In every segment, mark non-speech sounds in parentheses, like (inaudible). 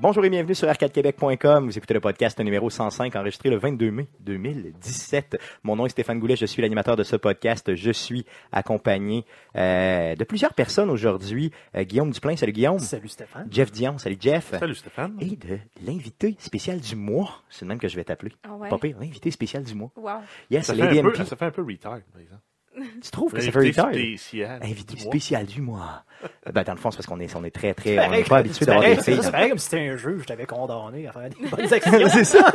Bonjour et bienvenue sur arcadequebec.com. Vous écoutez le podcast numéro 105 enregistré le 22 mai 2017. Mon nom est Stéphane Goulet, je suis l'animateur de ce podcast. Je suis accompagné euh, de plusieurs personnes aujourd'hui. Euh, Guillaume Duplain, salut Guillaume. Salut Stéphane. Jeff Dion, salut Jeff. Salut Stéphane. Et de l'invité spécial du mois, c'est le même que je vais t'appeler. Ah ouais. Pas pire, l'invité spécial du mois. Wow. Yes, Ça fait, Lady un peu, MP. ça fait un peu retard, par exemple. Tu trouves que ça fait L'invité retard? spécial. Invité Dis-moi. spécial du (laughs) mois. Ben, dans le fond, c'est parce qu'on est, on est très, très, on n'est pas habitué c'est d'avoir des pareil, filles. c'est dans- pareil comme si c'était un jeu, je t'avais condamné à faire des bonnes (laughs) c'est ça.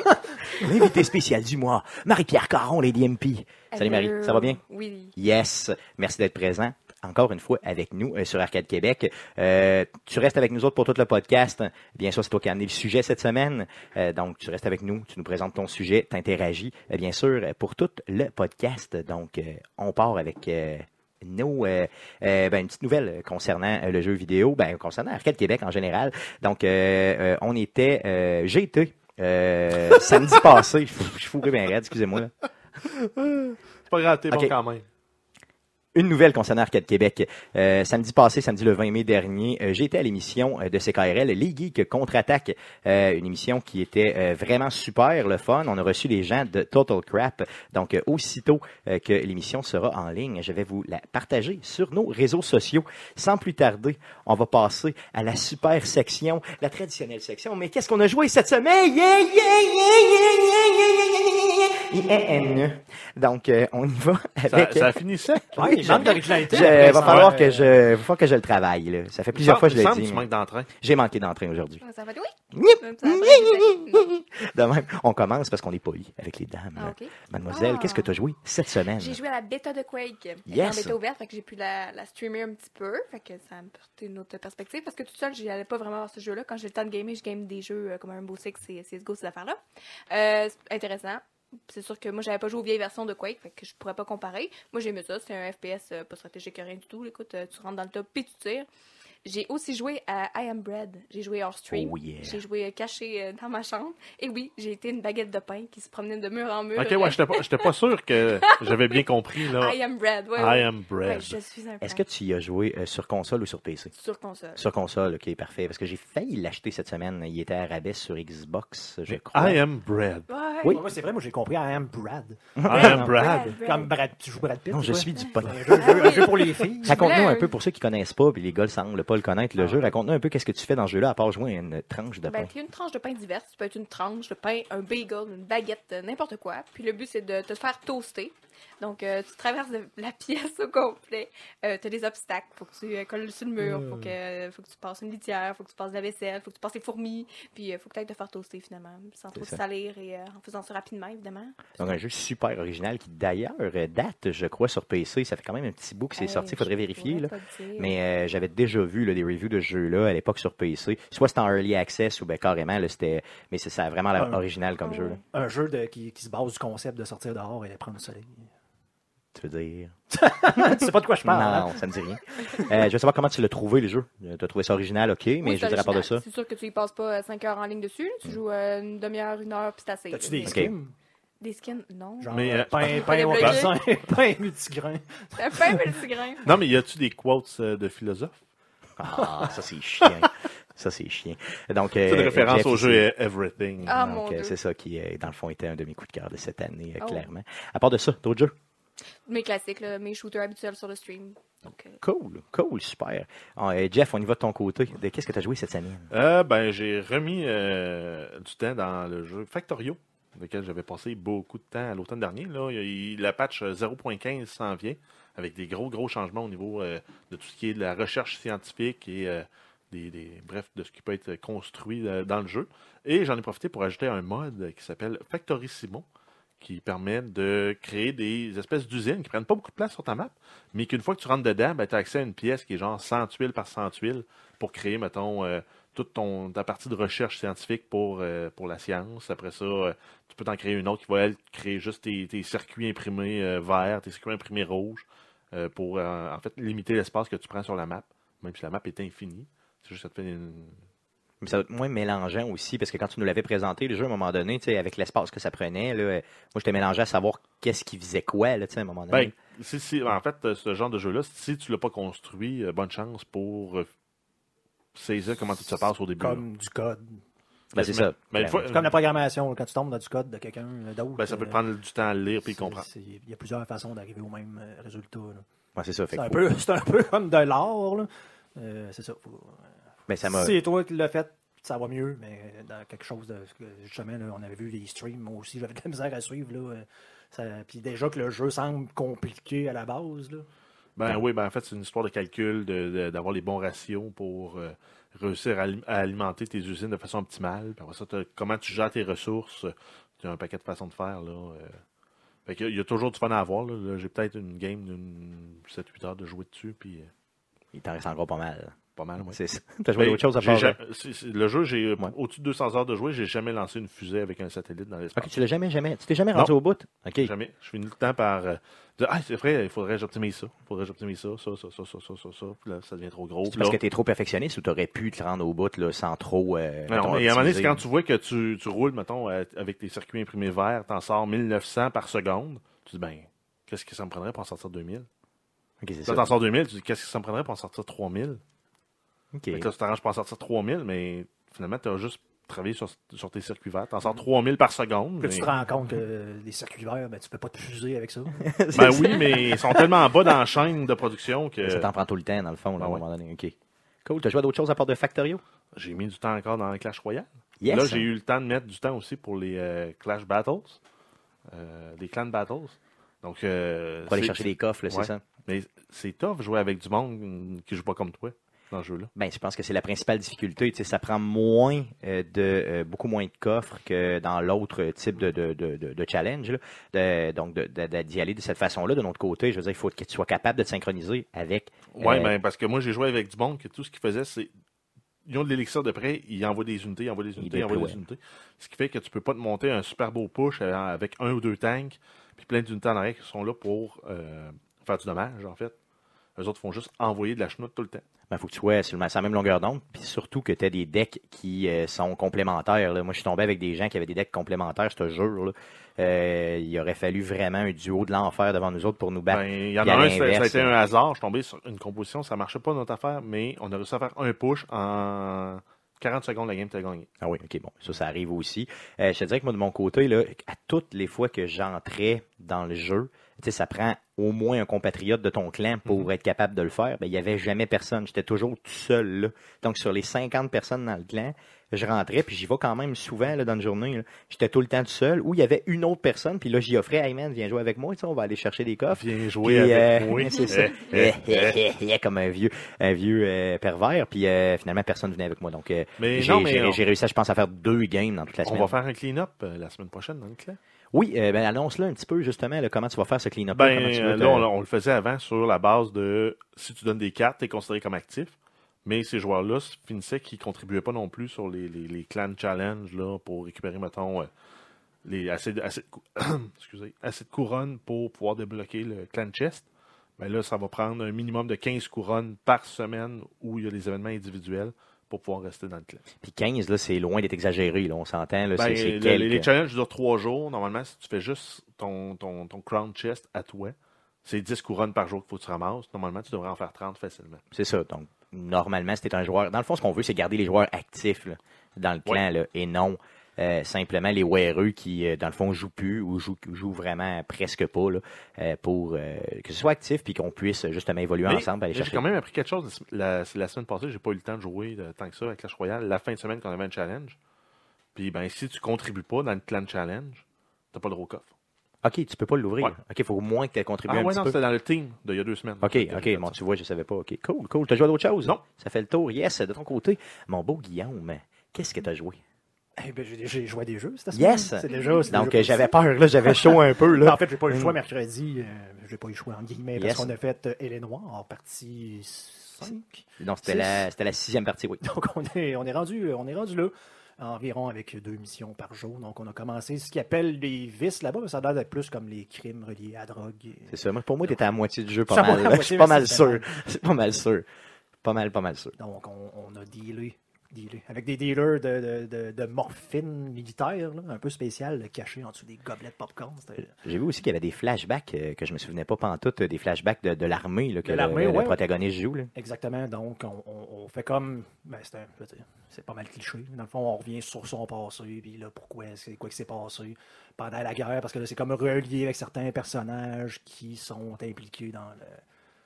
L'invité spécial du mois, Marie-Pierre Caron, Lady MP. Salut Marie, Hello. ça va bien? Oui. Yes, merci d'être présent encore une fois avec nous euh, sur Arcade Québec. Euh, tu restes avec nous autres pour tout le podcast. Bien sûr, c'est toi qui as amené le sujet cette semaine. Euh, donc, tu restes avec nous, tu nous présentes ton sujet, t'interagis, euh, bien sûr, euh, pour tout le podcast. Donc, euh, on part avec... euh, nos, euh, euh, ben, une petite nouvelle concernant euh, le jeu vidéo, ben, concernant Arcade Québec en général. Donc, euh, euh, on était, euh, j'ai été euh, (laughs) samedi passé, je fou- je fourrais bien raide, excusez-moi. là. C'est pas grave, t'es Ok. bon quand même. Une nouvelle concernant Arcade Québec. Euh, samedi passé, samedi le 20 mai dernier, euh, j'étais à l'émission euh, de CKRL, Les Geeks Contre-Attaque, euh, une émission qui était euh, vraiment super, le fun. On a reçu les gens de Total Crap. Donc, euh, aussitôt euh, que l'émission sera en ligne, je vais vous la partager sur nos réseaux sociaux. Sans plus tarder, on va passer à la super section, la traditionnelle section. Mais qu'est-ce qu'on a joué cette semaine? Yeah, yeah, yeah, eh, yeah, yeah, yeah, yeah, yeah, yeah, yeah, yeah, yeah, yeah, yeah, yeah. Donc, euh, on y va Ça, avec... ça finit sec. Ouais, Il j'aime- manque d'originalité. je, va falloir que je, va falloir que je le travaille. Là. Ça fait Ah, plusieurs fois que je l'ai dit. Tu mais manques (laughs) d'entrain. J'ai manqué d'entrain aujourd'hui. Ça va être oui. Nip. Ça va être oui. De même, on commence parce qu'on est poli avec les dames. Ah, ok. Mademoiselle, Ah. qu'est-ce que tu as joué cette semaine J'ai joué à la bêta de Quake. Elle est Yes. En bêta ouverte, fait que j'ai pu la, la streamer un petit peu. Fait que ça m'a apporté une autre perspective. Parce que toute seule, j'y allais pas vraiment voir ce jeu-là. Quand j'ai le temps de gamer, je game des jeux euh, comme Rainbow Six et CSGO, ces affaires-là. Euh, c'est intéressant. C'est sûr que moi, j'avais pas joué aux vieilles versions de Quake, fait que je pourrais pas comparer. Moi, j'aimais ça. C'est un FPS euh, pas stratégique, rien du tout. Écoute, euh, tu rentres dans le top et tu tires. J'ai aussi joué à I Am Bread. J'ai joué hors stream. Oh yeah. J'ai joué euh, caché euh, dans ma chambre. Et oui, j'ai été une baguette de pain qui se promenait de mur en mur. Ok, ouais, j'étais pas, j'étais pas sûr que j'avais bien compris, là. I am bread, ouais. I ouais. am bread. Ouais, je suis un Est-ce que pain. tu y as joué euh, sur console ou sur PC? Sur console. Sur console, ok, parfait. Parce que j'ai failli l'acheter cette semaine. Il était à rabais sur Xbox, je Mais crois. I am (laughs) bread. Ouais. Oui. Moi, c'est vrai, moi, j'ai compris I am Brad. I am bread. bread. Comme Brad, tu joues Brad Pitt. Non, je toi? suis du pot. Un jeu, un jeu- un jeu pour les filles. Raconte-nous un voulais un- peu pour ceux qui connaissent pas, puis les gars semblent pas le connaître le jeu. Raconte-nous un peu qu'est-ce que tu fais dans ce jeu-là à part jouer à une tranche de pain. Ah. Ben, t'as une tranche de pain diverse. Tu peux être une tranche de pain, un bagel, une baguette, euh, n'importe quoi. Puis le but, c'est de te faire toaster. Donc, euh, tu traverses de- la (laughs) pièce au complet. Euh, t'as des obstacles. Faut que tu euh, colles sur le mur. Faut, que, Mmh. faut que tu passes une litière. Faut que tu passes de la vaisselle. Faut que tu passes les fourmis. Puis, euh, faut que tu te faire toaster, finalement. Sans trop ça. te salir et euh, en faisant ça rapidement, évidemment. Donc un jeu super original qui d'ailleurs euh, date, je crois, sur PC. Ça fait quand même un petit bout que c'est Hey, sorti, Ben Euh, je faudrait vérifier. pourrais Là. pas le dire. Mais euh, j'avais déjà vu là, des reviews de ce jeu-là à l'époque sur PC. Soit c'était en early access ou ben, carrément, là, c'était. Mais c'est ça a vraiment l'air Ah. original comme Ah jeu. ouais. là. Un jeu de- qui, qui se base du concept de sortir dehors et de prendre (laughs) le soleil. Tu veux (laughs) dire. tu sais pas de quoi je parle. hein? non, ça me dit (laughs) rien. Euh, je veux savoir comment tu l'as trouvé le jeu. Euh, T'as trouvé ça original, ok, mais Oui, je veux c'est dire à part de ça. Mmh. original. C'est sûr que tu y passes pas 5 heures en ligne dessus. Tu joues euh, une demi-heure, une heure, puis c'est assez. T'as-tu des Mais- Ok. skins? Des skins? Non. Genre Mais, euh, euh, pain, pas pain au débloqué. raisin, (laughs) pain multigrain. (laughs) Un pain et le petit grain. Non, mais y a-tu des quotes euh, de philosophes? Ah, ça c'est (laughs) chien. Ça c'est chien. Donc, C'est euh, une référence Jeff, au ici, jeu euh, Everything. Ah, donc, mon euh, Dieu. c'est ça qui, euh, dans le fond, était un de mes coups de cœur de cette année, euh, Oh. clairement. À part de ça, d'autres jeux? (laughs) Mes classiques, là, mes shooters habituels sur le stream. Donc, euh, Cool, cool, super. Ah, euh, Jeff, on y va de ton côté. De- Qu'est-ce que tu as joué cette semaine? Euh, ben, j'ai remis euh, du temps dans le jeu Factorio, lequel j'avais passé beaucoup de temps à l'automne dernier. Là. Il- il- la patch euh, 0.15 s'en vient, avec des gros, gros changements au niveau euh, de tout ce qui est de la recherche scientifique et euh, des, des- bref, de ce qui peut être construit euh, dans le jeu. Et j'en ai profité pour ajouter un mode qui s'appelle Factorissimo, qui permet de créer des espèces d'usines qui prennent pas beaucoup de place sur ta map, mais qu'une fois que tu rentres dedans, tu as accès à une pièce qui est genre 100 tuiles par 100 tuiles pour créer, mettons, euh, toute ton, ta partie de recherche scientifique pour, euh, pour la science. Après ça, euh, tu peux t'en créer une autre qui va, elle, créer juste tes, tes circuits imprimés euh, verts, tes circuits imprimés rouges, euh, pour, euh, en fait, limiter l'espace que tu prends sur la map, même si la map est infinie. C'est juste que ça te fait une... Mais ça doit être moins mélangeant aussi, parce que quand tu nous l'avais présenté, le jeu, à un moment donné, tu sais, avec l'espace que ça prenait, là, euh, moi, j'étais mélangé à savoir qu'est-ce qui faisait quoi, là, tu sais, à un moment donné. Ben, si- si- en fait, euh, ce genre de jeu-là, si tu l'as pas construit, euh, bonne chance pour euh, saisir comment tout se passe au début. là. Comme du code. Ben, c'est Quasiment. ça. Mais une fois- C'est comme la programmation, quand tu tombes dans du code de quelqu'un d'autre. Ben, ça peut euh, te prendre du temps à le lire puis c'est- comprendre. c'est- Il y a plusieurs façons d'arriver au même euh, résultat. là. Ouais, c'est ça. Fait que C'est un, faut- peu- (laughs) c'est un peu comme de l'art. là. Euh, c'est ça. faut- ben, ça m'a. Si c'est toi qui l'as fait, ça va mieux, mais euh, dans quelque chose de. que, Justement, là, on avait vu les streams, moi aussi, (laughs) j'avais de la misère à suivre. Là, euh, ça- puis déjà que le jeu semble compliqué à la base. Là. Ben oui, ben en fait, c'est une histoire de calcul, de- de- d'avoir les bons ratios pour euh, réussir à, alim- à alimenter tes usines de façon optimale. Puis après ça, t'as- comment tu gères tes ressources. Tu as un paquet de façons de faire. Là, euh. Fait que, il y a toujours du fun à avoir. Là, Là, j'ai peut-être une game d'une 7-8 heures de jouer dessus, puis euh, Il t'en reste encore pas mal. pas mal. ouais. C'est ça. (laughs) T'as joué à Ben, autre chose à j'ai part. euh? ja- c'est- c'est- le jeu, j'ai euh, Ouais. au-dessus de 200 heures de jouer, j'ai jamais lancé une fusée avec un satellite dans l'espace. Ok, tu l'as jamais, jamais. Tu t'es jamais rendu Non. au bout. Ok. Jamais. Je finis le temps par euh, dire Ah, c'est vrai, il faudrait que j'optimise ça. Il faudrait que j'optimise ça, ça, ça, ça, ça, ça, ça, ça. Puis là, ça devient trop gros. C'est Puis parce là- que t'es trop perfectionniste ou t'aurais pu te rendre au bout là, sans trop. euh, Non, mettons, et à un moment donné, c'est optimiser. quand tu vois que tu, tu roules, mettons, euh, avec tes circuits imprimés verts, t'en sors 1900 par seconde, tu dis, ben, qu'est-ce que ça me prendrait pour en sortir 2000? Ok, c'est Là, ça. t'en sors 2000, tu dis, qu'est-ce que ça me prendrait pour en sortir 3000? Ok. Fait que là, tu t'arranges pour en sortir 3000, mais finalement, t'as juste travaillé sur, sur tes circuits verts. T'en sors 3000 par seconde. Puis mais- tu te rends compte que euh, les circuits verts, ben, tu peux pas te (laughs) fuser avec ça. Ben oui, mais ils sont tellement bas dans la chaîne de production que Ça t'en prend tout le temps, dans le fond, là, Euh, Ah à un ouais. moment donné. Ok. Cool. T'as joué à d'autres choses à part de Factorio? j'ai mis du temps encore dans Clash Royale. Yes. Là, j'ai eu le temps de mettre du temps aussi pour les euh, Clash Battles, euh, les Clan Battles. Donc, euh, Pour aller c'est- chercher des coffres, là, c'est Ouais. ça? Mais c'est tough jouer avec du monde qui joue pas comme toi dans ce jeu-là. Ben, je pense que c'est la principale difficulté. Tu sais, ça prend moins euh, de euh, beaucoup moins de coffres que dans l'autre type de, de, de, de- de challenge. là. De- donc, de- de- de- d'y aller de cette façon-là. De notre côté, je veux dire, il faut que tu sois capable de te synchroniser avec. Oui, euh, mais parce que moi, j'ai joué avec du monde que tout ce qu'ils faisaient, c'est. Ils ont de l'élixir de près, ils envoient des unités, ils envoient des unités, ils envoient des déploient. unités. Ce qui fait que tu peux pas te monter un super beau push euh, avec un ou deux tanks, puis plein d'unités en arrière qui sont là pour euh, faire du dommage, en fait. Eux autres font juste envoyer de la chenoute tout le temps. Ben, faut que tu sois sur la sur la même longueur d'onde, puis surtout que tu as des decks qui euh, sont complémentaires. là. Moi, je suis tombé avec des gens qui avaient des decks complémentaires, je te jure. là. Euh, il aurait fallu vraiment un duo de l'enfer devant nous autres pour nous battre. Ben, il y en puis à a un, ça, ça a l'inverse, été un hasard. Je suis tombé sur une composition, ça marchait pas notre affaire, mais on a réussi à faire un push en 40 secondes, la game était gagnée. Ah oui, ok, bon, ça, ça arrive aussi. Euh, je te dirais que moi, de mon côté, là, à toutes les fois que j'entrais dans le jeu, tu sais, ça prend au moins un compatriote de ton clan Mhm. pour être capable de le faire. Ben, il n'y avait jamais personne. J'étais toujours tout seul, là. Donc, sur les 50 personnes dans le clan, je rentrais, puis j'y vais quand même souvent, là, dans une journée. là. J'étais tout le temps tout seul, ou il y avait une autre personne, puis là, j'y offrais, hey man, viens jouer avec moi, tu sais, on va aller chercher des (laughs) coffres. Viens Puis, jouer avec euh, moi. (laughs) c'est ça. (laughs) Eh, Eh, eh, eh, eh. eh, eh, comme un vieux, un vieux euh, pervers. Puis euh, finalement, personne venait avec moi. Donc, euh, Mais j'ai non, mais j'ai- on- j'ai réussi, à, je pense, à faire deux games dans toute la On semaine. va faire un clean-up euh, la semaine prochaine dans le clan. Oui, euh, ben, annonce-le un petit peu, justement, là, comment tu vas faire ce clean-up. Ben, comment tu euh, veux te- là, on, on le faisait avant sur la base de si tu donnes des cartes, tu es considéré comme actif. Mais ces joueurs-là s- finissaient qu'ils ne contribuaient pas non plus sur les, les, les clan challenge là, pour récupérer, mettons, euh, les, assez, de, assez, de cou- (coughs) excusez, assez de couronnes pour pouvoir débloquer le clan chest. Mais là, ça va prendre un minimum de 15 couronnes par semaine où il y a des événements individuels pour pouvoir rester dans le clan. Puis 15, là, c'est loin d'être exagéré. Là, on s'entend. là, Ben, c'est- c'est le- quelques- Les challenges durent trois jours. Normalement, si tu fais juste ton, ton, ton crown chest à toi, c'est 10 couronnes par jour qu'il faut que tu ramasses. Normalement, tu devrais en faire 30 facilement. C'est ça. Donc, normalement, c'était un joueur. Dans le fond, ce qu'on veut, c'est garder les joueurs actifs là, dans le clan là, et non euh, simplement les WRE qui, euh, dans le fond, jouent plus ou jouent, jouent vraiment presque pas là, euh, pour euh, que ce soit actif puis qu'on puisse euh, justement évoluer Mais- ensemble, aller mais J'ai chercher. quand même appris quelque chose. La, la semaine passée, j'ai pas eu le temps de jouer euh, tant que ça avec Clash Royale. La fin de semaine qu'on avait un challenge. Puis, ben, si tu contribues pas dans le clan challenge, t'as pas le gros coffre. Ok, tu peux pas l'ouvrir. Ouais. Ok, il faut au moins que tu aies contribué Ah un ouais, petit non, peu. c'était dans le team d'il y a deux semaines. Ok, J'ai fait ok, bon, ça. tu vois, je savais pas. Ok, cool, cool. T'as joué à d'autres choses? Non. Ça fait le tour, yes, de ton côté. Mon beau Guillaume, qu'est-ce que t'as joué? Eh ben, j'ai- j'ai joué à des jeux cette Yes! semaine. C'est déjà. c'est Donc, déjà- euh, j'avais peur, là, j'avais chaud un peu, Non, là. en fait, j'ai pas eu le choix Mm. mercredi. euh, j'ai pas eu le choix en guillemets Yes. parce qu'on a fait euh, Elle est Noire en partie 5. (laughs) Non, c'était la, c'était la sixième partie, oui. (laughs) Donc on est, on est rendu on est rendu là environ avec deux missions par jour. Donc on a commencé ce qu'ils appellent les vices là-bas, mais ça a l'air d'être plus comme les crimes reliés à la drogue. et- C'est ça. Moi, pour moi, t'étais à moitié du jeu, pas Ça va, mal. là. à Je moitié, suis (laughs) pas mais mal c'est sûr. C'est pas mal sûr. Pas mal, pas mal sûr. Donc on, on a dealé dealer. Avec des dealers de, de, de- de morphine militaire, là, un peu spécial, caché en dessous des gobelets de popcorn. C'était- J'ai vu aussi qu'il y avait des flashbacks euh, que je me souvenais pas pantoute, euh, des flashbacks de, de l'armée là, que De le, l'armée, le- le ouais. protagoniste joue. là. Exactement. Donc, on, on- on fait comme. Ben, c'est un- je veux dire, c'est pas mal cliché. Dans le fond, on revient sur son passé, puis là, pourquoi, c'est quoi qui s'est passé pendant la guerre, parce que là, c'est comme relié avec certains personnages qui sont impliqués dans le.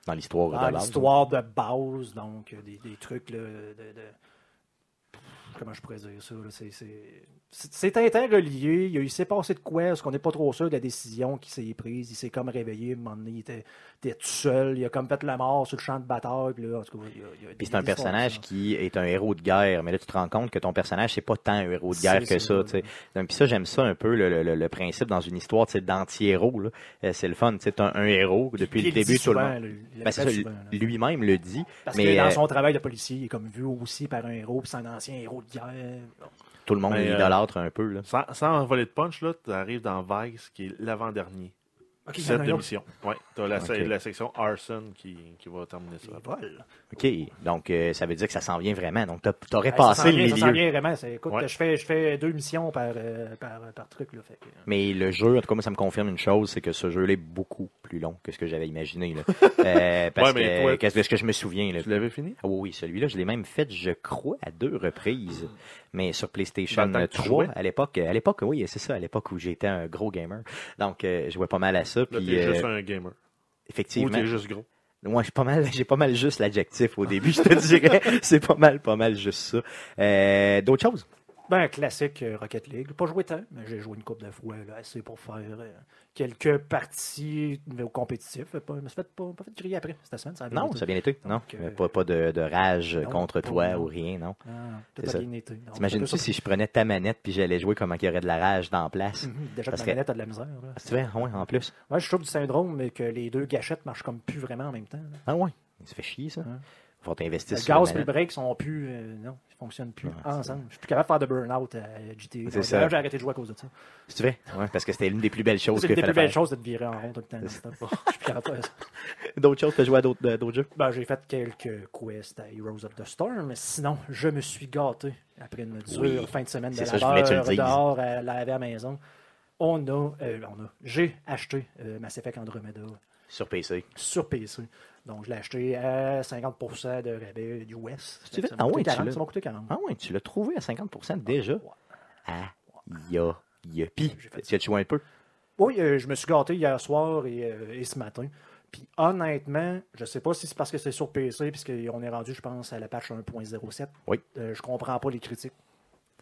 Dans l'histoire. Dans de l'ordre. Ah, l'histoire de base, donc euh, des, des trucs là, de, de- Comment je pourrais dire ça? là, c'est- c'est- C'est c'est interrelié. Il, y a- il s'est passé de quoi? Est-ce qu'on n'est pas trop sûr de la décision qui s'est prise? Il s'est comme réveillé. À un moment donné, il était, il était tout seul. Il a comme fait la mort sur le champ de bataille. Puis là, en tout cas, il y a- il y a Puis c'est des un personnage histoires qui est un héros de guerre, mais là tu te rends compte que ton personnage c'est pas tant un héros de guerre C'est que ça. ça. tu sais. Donc puis ça j'aime ça un peu le, le- le- le principe dans une histoire tu sais, d'anti-héros. là. Euh, C'est le fun, tu sais, t'as un héros comme ça. depuis Puis le il dit début tout le souvent, monde. là, il Ben, c'est l'appelle ça, souvent, là. lui-même le dit. Parce mais, que dans euh, son travail de policier, il est comme vu aussi par un héros, puis c'est un ancien héros de guerre. Tout le monde Mais, euh, l'idolâtre un peu. Là. Sans, sans voler de punch, là, tu arrives dans Vice, qui est l'avant-dernier. Ok, il y en Cette a un autre. émission. Ouais, tu as la, se- Ok. la section Arson qui, qui va terminer ça. Il vole. OK. Donc euh, ça veut dire que ça s'en vient vraiment. Donc t'as- t'aurais Ouais, ça passé sent le bien, Ça sent milieu. bien, vraiment. C'est- Écoute, Ouais. je, fais, je fais deux missions par, euh, par, par truc. Là, fait que- Mais le jeu, en tout cas, moi, ça me confirme une chose, c'est que ce jeu-là est beaucoup plus long que ce que j'avais imaginé. (laughs) Là. Euh, parce Ouais, mais que, toi- qu'est-ce que- ce que je me souviens, là, Tu l'avais fini? Ah oui, oui, celui-là, je l'ai même fait, je crois, à deux reprises. Mais sur PlayStation Dans le temps que tu 3, jouais? à l'époque, à l'époque, oui, c'est ça, à l'époque où j'étais un gros gamer. Donc, euh, je jouais pas mal à ça. Là, Puis, t'es euh, juste un gamer. Ou effectivement, t'es juste gros. moi, j'ai pas mal, (laughs) j'ai pas mal juste l'adjectif au début, je te dirais. (laughs) C'est pas mal, pas mal juste ça. Euh, d'autres choses? Ben, un classique euh, Rocket League. Pas joué tant, mais j'ai joué une coupe de fois là, assez pour faire euh, quelques parties mais au compétitif. Fait pas- Je me suis fait pas, pas fait griller après cette semaine. Ça a bien Non, été. ça a bien été. Non, Donc, euh, pas, pas de, de rage non, contre pas toi non. ou rien, non. Ah, non, tout C'est a ça. bien été. Donc, T'imagines-tu ça- si je prenais ta manette puis j'allais jouer comment qu'il y aurait de la rage dans la place? Mhm, Déjà parce que que- la manette a de la misère. là. Ah, C'est vrai, ouais, en plus. Moi, je trouve du syndrome mais que les deux gâchettes marchent comme plus vraiment en même temps. là. Ah ouais, ça fait chier, ça. Hein? Faut t'investir Le sur la gaz et le manette. break sont plus. euh, non, ils fonctionnent plus Ouais, c'est ensemble. Je suis plus capable de faire de burn-out à GTA. C'est Donc, ça. D'ailleurs, j'ai arrêté de jouer à cause de ça. C'est vrai, ouais, parce que c'était l'une des plus belles choses C'est que une des fallait plus belles faire. choses, c'est de virer en rond tout le (laughs) temps. non-stop. Je suis plus capable de faire ça. D'autres choses, tu as joué à d'autres, euh, d'autres jeux? Ben, j'ai fait quelques quests à Heroes of the Storm, mais sinon, je me suis gâté après une dure Oui. fin de semaine de C'est ça, je voulais labeur te le dire. dehors à laver à la maison. On a, euh, on a, j'ai acheté euh, Mass Effect Andromeda Sur PC. sur PC. Donc, je l'ai acheté à 50% de rabais du West. Tu veux- Ça ah m'a coûté ouais, tu 40, l'as. ça m'a coûté 40. Ah ouais, tu l'as trouvé à 50% déjà? Ouais. Ah, ya, ya. Puis, J'ai fait tu as joué un peu? Oui, euh, je me suis gâté hier soir et, euh, et ce matin. Puis honnêtement, je sais pas si c'est parce que c'est sur PC, puisqu'on est rendu, je pense, à la patch 1.07. Oui. Euh, je comprends pas les critiques.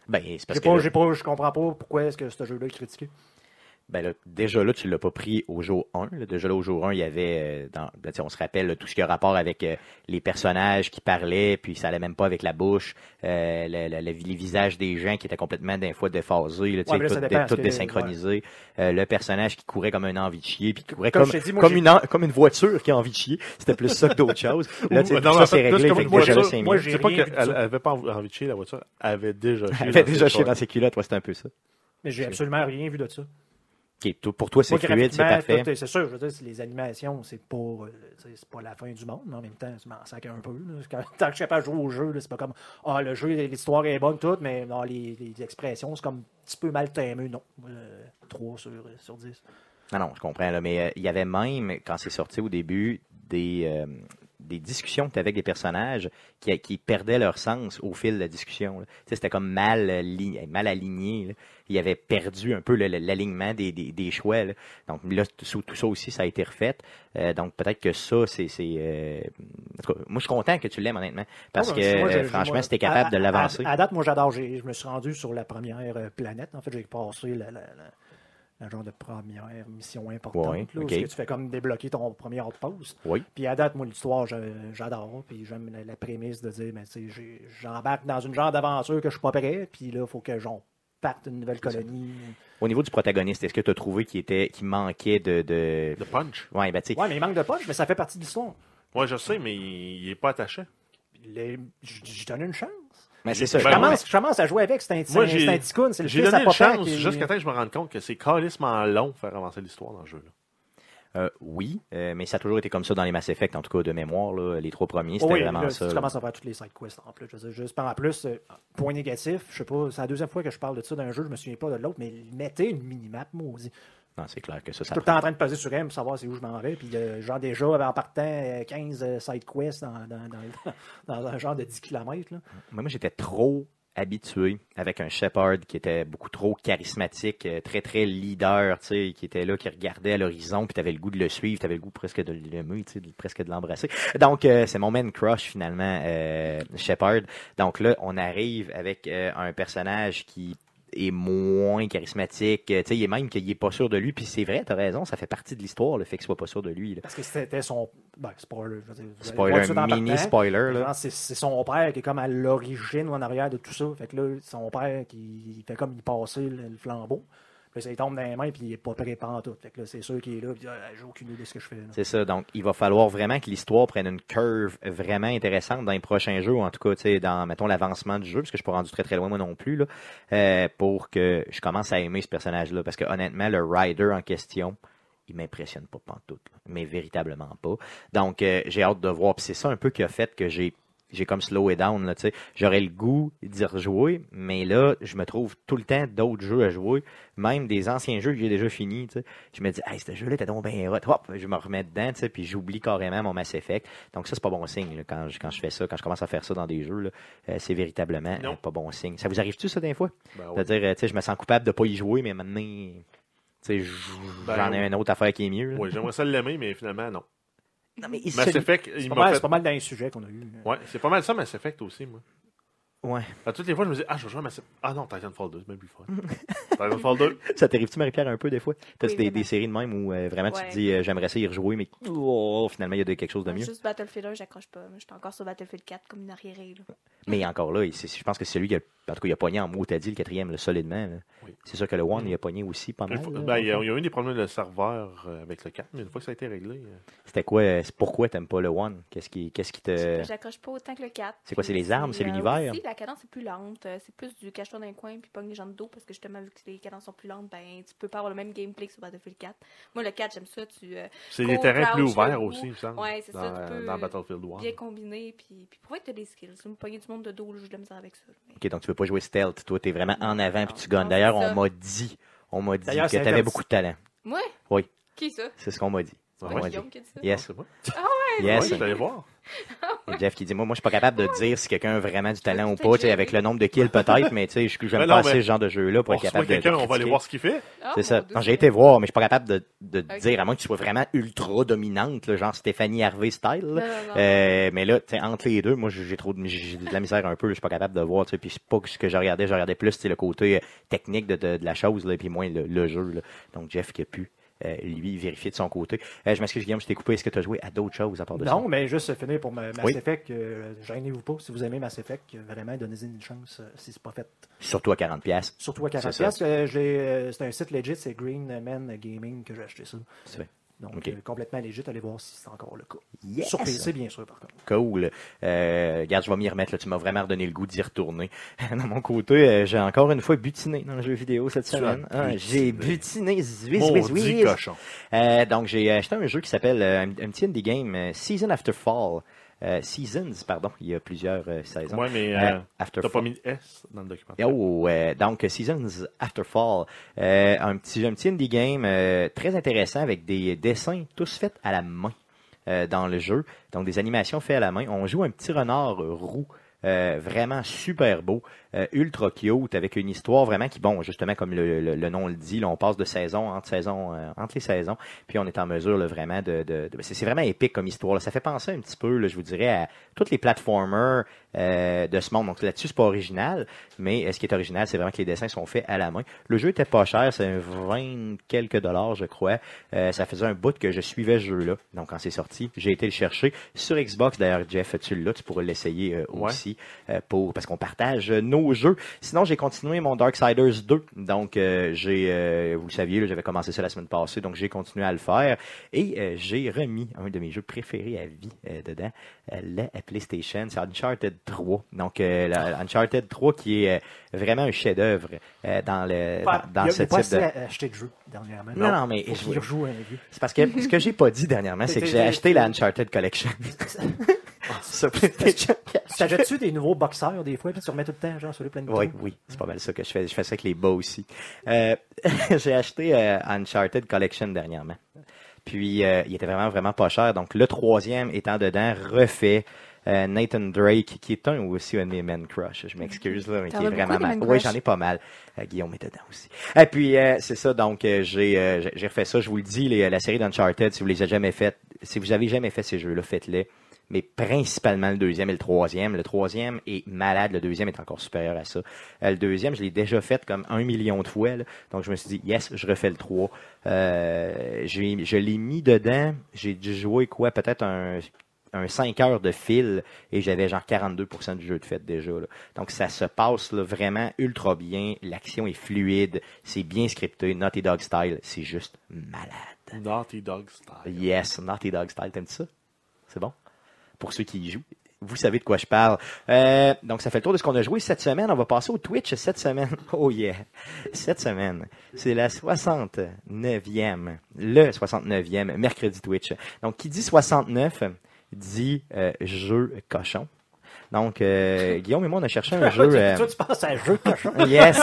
Ben, c'est parce J'ai que... pas, j'ai pas, je comprends pas pourquoi est-ce que ce jeu-là est critiqué. Ben là, déjà là, tu l'as pas pris au jour 1. là. Déjà là, au jour 1, il y avait, euh, dans, ben, tu sais, on se rappelle, là, tout ce qui a rapport avec euh, les personnages qui parlaient, puis ça allait même pas avec la bouche, euh, le- le- le- les visages des gens qui étaient complètement d'un fois déphasés, là, tu Ouais, sais, mais là, tout, ça dé- dépend, tout parce que- désynchronisé. Euh, le personnage qui courait comme un envie de chier, puis qui courait Comme comme, je t'ai dit, moi, comme, j'ai- une, en- comme une voiture qui a envie de chier. C'était plus ça que d'autres (laughs) choses. Là, tu sais, Ou- non, ça, en c'est fait, plus réglé. comme Fait une que déjà, là, voiture. c'est Moi, mieux. j'ai C'est pas rien vu de qu'elle ça. avait pas envie de chier, la voiture. Elle avait déjà chié. (laughs) Elle dans avait déjà ses chier shorts. dans ses culottes. Ouais, c'était un peu ça. Mais j'ai absolument rien vu de ça. Ok, tout- pour toi, c'est Moi, fluide, c'est graphiquement, parfait. tout est- C'est sûr, je veux dire, c'est les animations, c'est pas, euh, tu sais, c'est pas la fin du monde, mais en même temps, je m'en sacre un peu. là. Quand- (laughs) tant que je sais pas jouer au jeu, là, c'est pas comme Ah, le jeu, l'histoire est bonne, tout, mais non, les, les expressions, c'est comme un petit peu mal timé, non. Euh, 3 sur, sur 10. Non, non, je comprends, là, mais euh, il y avait même, quand c'est sorti au début, des, euh, des discussions que t'avais avec des personnages qui, qui perdaient leur sens au fil de la discussion. là. Tu sais, C'était comme mal, euh, li- mal aligné. là. Ils avaient perdu un peu le- le- l'alignement des, des, des choix. là. Donc là, tout, ça- tout ça aussi, ça a été refait. Euh, donc peut-être que ça, c'est... c'est, euh, en tout cas, moi, je suis content que tu l'aimes, honnêtement, parce Non, que, mais Ah, ben, moi, je- euh, je- Ah, franchement, moi, si t'es capable à- de à- l'avancer... À, à date, moi, j'adore. J'ai- Je me suis rendu sur la première euh, planète. En fait, j'ai passé la, la- la- la genre de première mission importante. Ouais, là, où ok. est-ce que tu fais comme débloquer ton premier outpost. Oui. Puis à date, moi, l'histoire, je- j'adore. Puis j'aime la, la prémisse de dire, ben, tu sais, j'ai- j'embarque dans une genre d'aventure que je suis pas prêt. Puis là, il faut que j'en parte une nouvelle colonie. Au niveau du protagoniste, est-ce que tu as trouvé qu'il était, qu'il manquait de... de... De punch. Ouais, ben, tu sais, Ouais, mais il manque de punch, mais ça fait partie de l'histoire. Ouais, je sais, mais il est pas attaché. Les- j- J'ai donné une chance. ben, c'est ça. Ben, Je je commence- commence, je commence à jouer avec. C'est un petit Moi, c'est j'ai- un petit coon, c'est le J'ai fils à donné une papa chance qui- jusqu'à temps que je me rende compte que c'est calissement long de faire avancer l'histoire dans le jeu. là. Euh, oui, euh, mais ça a toujours été comme ça dans les Mass Effect, en tout cas de mémoire. là. les trois premiers, c'était Oh Oui, vraiment là, ça. Tu là. commences à faire toutes les side quests en plus. Je veux dire, juste par en plus, euh, point négatif, je sais pas, c'est la deuxième fois que je parle de ça d'un jeu, je me souviens pas de l'autre, mais mettez une minimap, maudit. Non, c'est clair que ça, Je suis ça tout le temps en train de peser sur M pour savoir c'est où je m'en vais. Puis, euh, genre, déjà, en partant euh, 15 euh, side quests dans, dans- dans- dans (laughs) un genre de 10 km. Là. Moi, moi, j'étais trop habitué avec un Shepard qui était beaucoup trop charismatique, euh, très, très leader, tu sais, qui était là, qui regardait à l'horizon, puis t'avais le goût de le suivre, t'avais le goût presque de l'aimer, tu sais, de- presque de l'embrasser. Donc, euh, c'est mon man crush, finalement, euh, Shepard. Donc là, on arrive avec euh, un personnage qui est moins charismatique, euh, tu sais, il est même qu'il est pas sûr de lui, puis c'est vrai, t'as raison, ça fait partie de l'histoire, le fait qu'il soit pas sûr de lui, là. Parce que c'était son. Ben, spoiler. Je veux dire, vous allez le voir tout Spoiler, de suite en mini partant. spoiler, là. Genre, C'est c'est son père qui est comme à l'origine ou en arrière de tout ça. Fait que là, son père qui il fait comme il passait le, le flambeau. Puis là, ça lui tombe dans les mains, puis il est pas prêt en tout. Fait que là, c'est sûr qu'il est là, puis il dit, Ah, j'ai aucune idée de ce que je fais. là. C'est ça. Donc, il va falloir vraiment que l'histoire prenne une curve vraiment intéressante dans les prochains jeux, ou en tout cas, tu sais, dans, mettons, l'avancement du jeu, parce que je suis pas rendu très très loin moi non plus, là, euh, pour que je commence à aimer ce personnage-là. Parce que honnêtement, le rider en question, il m'impressionne pas pantoute, là, mais véritablement pas. Donc, euh, j'ai hâte de voir. Puis c'est ça un peu qui a fait que j'ai j'ai comme slowé down, là, tu sais. J'aurais le goût d'y rejouer, mais là, je me trouve tout le temps d'autres jeux à jouer, même des anciens jeux que j'ai déjà finis, tu sais je me dis, hey, ce jeu-là était donc bien hot. Hop, je me remets dedans, tu sais, puis j'oublie carrément mon Mass Effect. Donc, ça, c'est pas bon signe, là, quand, je, quand je fais ça, quand je commence à faire ça dans des jeux, là, euh, c'est véritablement Non. euh, pas bon signe. Ça vous arrive-tu, ça, des fois? Ben ouais. C'est-à-dire, euh, tu sais, je me sens coupable de pas y jouer, mais maintenant, tu sais, j- Ben, j'en ai oui. une autre affaire qui est mieux. là. Ouais, j'aimerais ça l'aimer, mais finalement, non. Non, mais il Mass se- Effect, C'est il pas, m'a mal- fait. c'est pas mal dans les sujets qu'on a eu. euh. Ouais, c'est pas mal ça, Mass Effect aussi, moi. Ouais. À toutes les fois, je me dis, ah, je vais jouer à Mass Effect. Ah non, Titanfall 2, c'est même plus (laughs) fun. Titanfall 2. Ça t'arrive-tu, Marie-Pierre, un peu, des fois? T'as des, Oui, vraiment. des séries de même où euh, vraiment tu Ouais. te dis, euh, j'aimerais ça y rejouer, mais oh, finalement, il y a de- quelque chose de mieux. Juste Battlefield 1, j'accroche pas. Moi, J'étais encore sur Battlefield 4 comme une arriérée. là. Mais encore là, il- c'est- je pense que c'est celui qui a, en tout cas, il a pogné en mot, t'as dit, le quatrième, là, solidement. là. Oui. Mm. C'est sûr que le One, il a pogné aussi pas mal. Une fois- là, ben, il y a dans le fond. il y a eu des problèmes de serveur euh, avec le 4, mais une fois que ça a été réglé. euh, C'était quoi, euh, c'est pourquoi t'aimes pas le One? Qu'est-ce qui, qu'est-ce qui te... J'accroche pas autant que le 4. Euh, C'est quoi, Puis c'est les armes, c'est euh, l'univers? aussi, la cadence est plus lente. Euh, C'est plus du cache-toi dans un coin puis pogne les gens de dos parce que justement, vu que les cadences sont plus lentes, ben tu peux pas avoir le même gameplay que sur Battlefield 4. Moi, le 4, j'aime ça. Tu euh, C'est Go des terrains plus crouch, ouverts debout. aussi, il me semble. Ouais, c'est dans, ça, tu peux dans Battlefield 1. bien combiné. Puis, puis pourquoi que t'as des skills? Tu me pogner du monde de dos, là, j'ai de la misère avec ça. là. Mais- Ok, donc tu veux pas jouer stealth, toi t'es vraiment en avant puis tu Ah, Non, gagnes. D'ailleurs, c'est on ça. m'a dit, on m'a dit D'ailleurs, que c'est t'avais interdit. beaucoup de talent. Moi? Oui. Qui ça? C'est ce qu'on m'a dit. C'est Ah On pas m'a ouais? dit. Guillaume qui a dit ça? Yes, C'est moi. yes. Ouais, j'allais voir. Et Jeff qui dit, moi, moi, je suis pas capable de dire si quelqu'un a vraiment du talent ou Peut-être pas, tu sais, que- avec le nombre de kills peut-être, mais tu sais, je- j'aime pas Mais non, assez mais- ce genre de jeu-là pour On être capable reçoit de. de quelqu'un, on va aller critiquer. voir ce qu'il fait. Ah, C'est mon ça. Dieu. Non, j'ai été voir, mais je suis pas capable de, de Ok. dire, à moins que tu sois vraiment ultra dominante, là, genre Stéphanie Harvey style. Non, là. non, non. Euh, mais là, tu sais, entre les deux, moi, j'ai trop de, j'ai de la misère un peu. Je suis pas capable de voir. tu sais, Puis c'est pas ce que je regardais. Je regardais plus tu sais, le côté euh, technique de, de- de la chose, là, et puis moins le, le jeu. là. Donc, Jeff qui a pu, euh, lui, vérifier de son côté. Euh, je m'excuse, Guillaume, je t'ai coupé. Est-ce que tu as joué à d'autres choses à part de ça? Non, mais juste finir pour ma- Mass Oui. Effect, euh, gênez-vous pas. Si vous aimez Mass Effect, euh, vraiment, donnez-y une chance euh, si c'est pas fait. Surtout à 40$. piastres. Surtout à C'est 40$. ça. piastres, euh, je l'ai, euh, c'est un site legit, c'est Green Man Gaming que j'ai acheté ça. C'est vrai. Donc, Ok. euh, complètement legit, allez voir si c'est encore le cas. Yes! Sur PC, bien sûr, par contre. Cool. Euh, regarde, je vais m'y remettre. Là. Tu m'as vraiment redonné le goût d'y retourner. (laughs) De mon côté, euh, j'ai encore une fois butiné dans le jeu vidéo cette as semaine. Ah, butiné. j'ai butiné. Zwiz, zwiz, Maudit zwiz. cochon. Euh, donc, j'ai acheté un jeu qui s'appelle euh, un, un petit indie game, euh, Season After Fall. Euh, seasons, pardon, il y a plusieurs euh, saisons. Ouais, mais Euh, euh, After t'as Fall. pas mis de S dans le document. Oh, euh, donc Seasons After Fall, euh, un petit un petit indie game euh, très intéressant avec des dessins tous faits à la main euh, dans le jeu, donc des animations faites à la main. On joue un petit renard roux. euh, vraiment super beau, euh, ultra cute, avec une histoire vraiment qui, bon, justement, comme le, le- le nom le dit, là, on passe de saison entre saison, euh, entre les saisons, puis on est en mesure là, vraiment de, de- de- c'est c'est vraiment épique comme histoire. là. Ça fait penser un petit peu, là, je vous dirais, à toutes les platformers euh, de ce monde. Donc là-dessus, c'est pas original, mais euh, ce qui est original, c'est vraiment que les dessins sont faits à la main. Le jeu était pas cher, c'est 20 quelques dollars, je crois. Euh, ça faisait un bout que je suivais ce jeu-là. Donc, quand c'est sorti, j'ai été le chercher. Sur Xbox, d'ailleurs, Jeff, tu l'as, tu pourras l'essayer euh, Ouais. aussi. aussi euh, pour parce qu'on partage euh, nos jeux. Sinon, j'ai continué mon Darksiders 2. Donc, euh, j'ai, euh, vous le saviez, là, j'avais commencé ça la semaine passée, donc j'ai continué à le faire. Et euh, j'ai remis un de mes jeux préférés à vie euh, dedans, euh, la PlayStation. C'est Uncharted 3. Donc, euh, Ah. la- Uncharted 3 qui est euh, vraiment un chef-d'œuvre euh, dans, le, Pas- dans, dans il a- il ce a pas type assez de... à- à acheter de jeux dernièrement. Non, non, mais Faut je- qu'il rejoue à un (laughs) vieux. C'est parce que ce que j'ai pas dit (laughs) dernièrement, c'est que j'ai acheté la Uncharted Collection. Sur PlayStation 4. T'achètes-tu des nouveaux boxeurs des fois, puis tu remets tout le temps, genre, sur les plein de Oui, boutons? oui, c'est pas mal ça que je fais. Je fais ça avec les bas aussi. Euh, (laughs) j'ai acheté euh, Uncharted Collection dernièrement. Puis, euh, il était vraiment, vraiment pas cher. Donc, le troisième étant dedans, refait. euh, Nathan Drake, qui est un aussi un de mes men crush, je m'excuse là, mais T'en qui est as beaucoup, vraiment des mal. men Oui, crush. j'en ai pas mal. Euh, Guillaume est dedans aussi. Et puis euh, c'est ça, donc euh, j'ai euh, j'ai- j'ai refait ça. Je vous le dis, les- euh, la série d'Uncharted, si vous les avez jamais faites, si vous avez jamais fait ces jeux-là, faites-les. Mais principalement le deuxième et le troisième. Le troisième est malade, le deuxième est encore supérieur à ça. Euh, le deuxième, je l'ai déjà fait comme un million de fois. là. Donc je me suis dit, yes, je refais le 3. Euh, j'ai- je l'ai mis dedans. J'ai dû jouer quoi? Peut-être un, un 5 heures de fil et j'avais genre 42% du jeu de fait déjà. là. Donc ça se passe là, vraiment ultra bien. L'action est fluide. C'est bien scripté. Naughty Dog style. C'est juste malade. Naughty Dog style. Ah, Yes, Naughty Dog style. T'aimes ça? C'est bon? Pour ceux qui y jouent. Vous savez de quoi je parle. Euh, donc, ça fait le tour de ce qu'on a joué cette semaine. On va passer au Twitch cette semaine. (laughs) Oh yeah. Cette semaine, c'est la 69e, le 69e mercredi Twitch. Donc, qui dit 69 dit euh, jeu cochon. Donc, (laughs) euh, Guillaume et moi, on a cherché (laughs) un jeu. euh, Toi, (laughs) tu penses à (laughs) un jeu cochon. yes.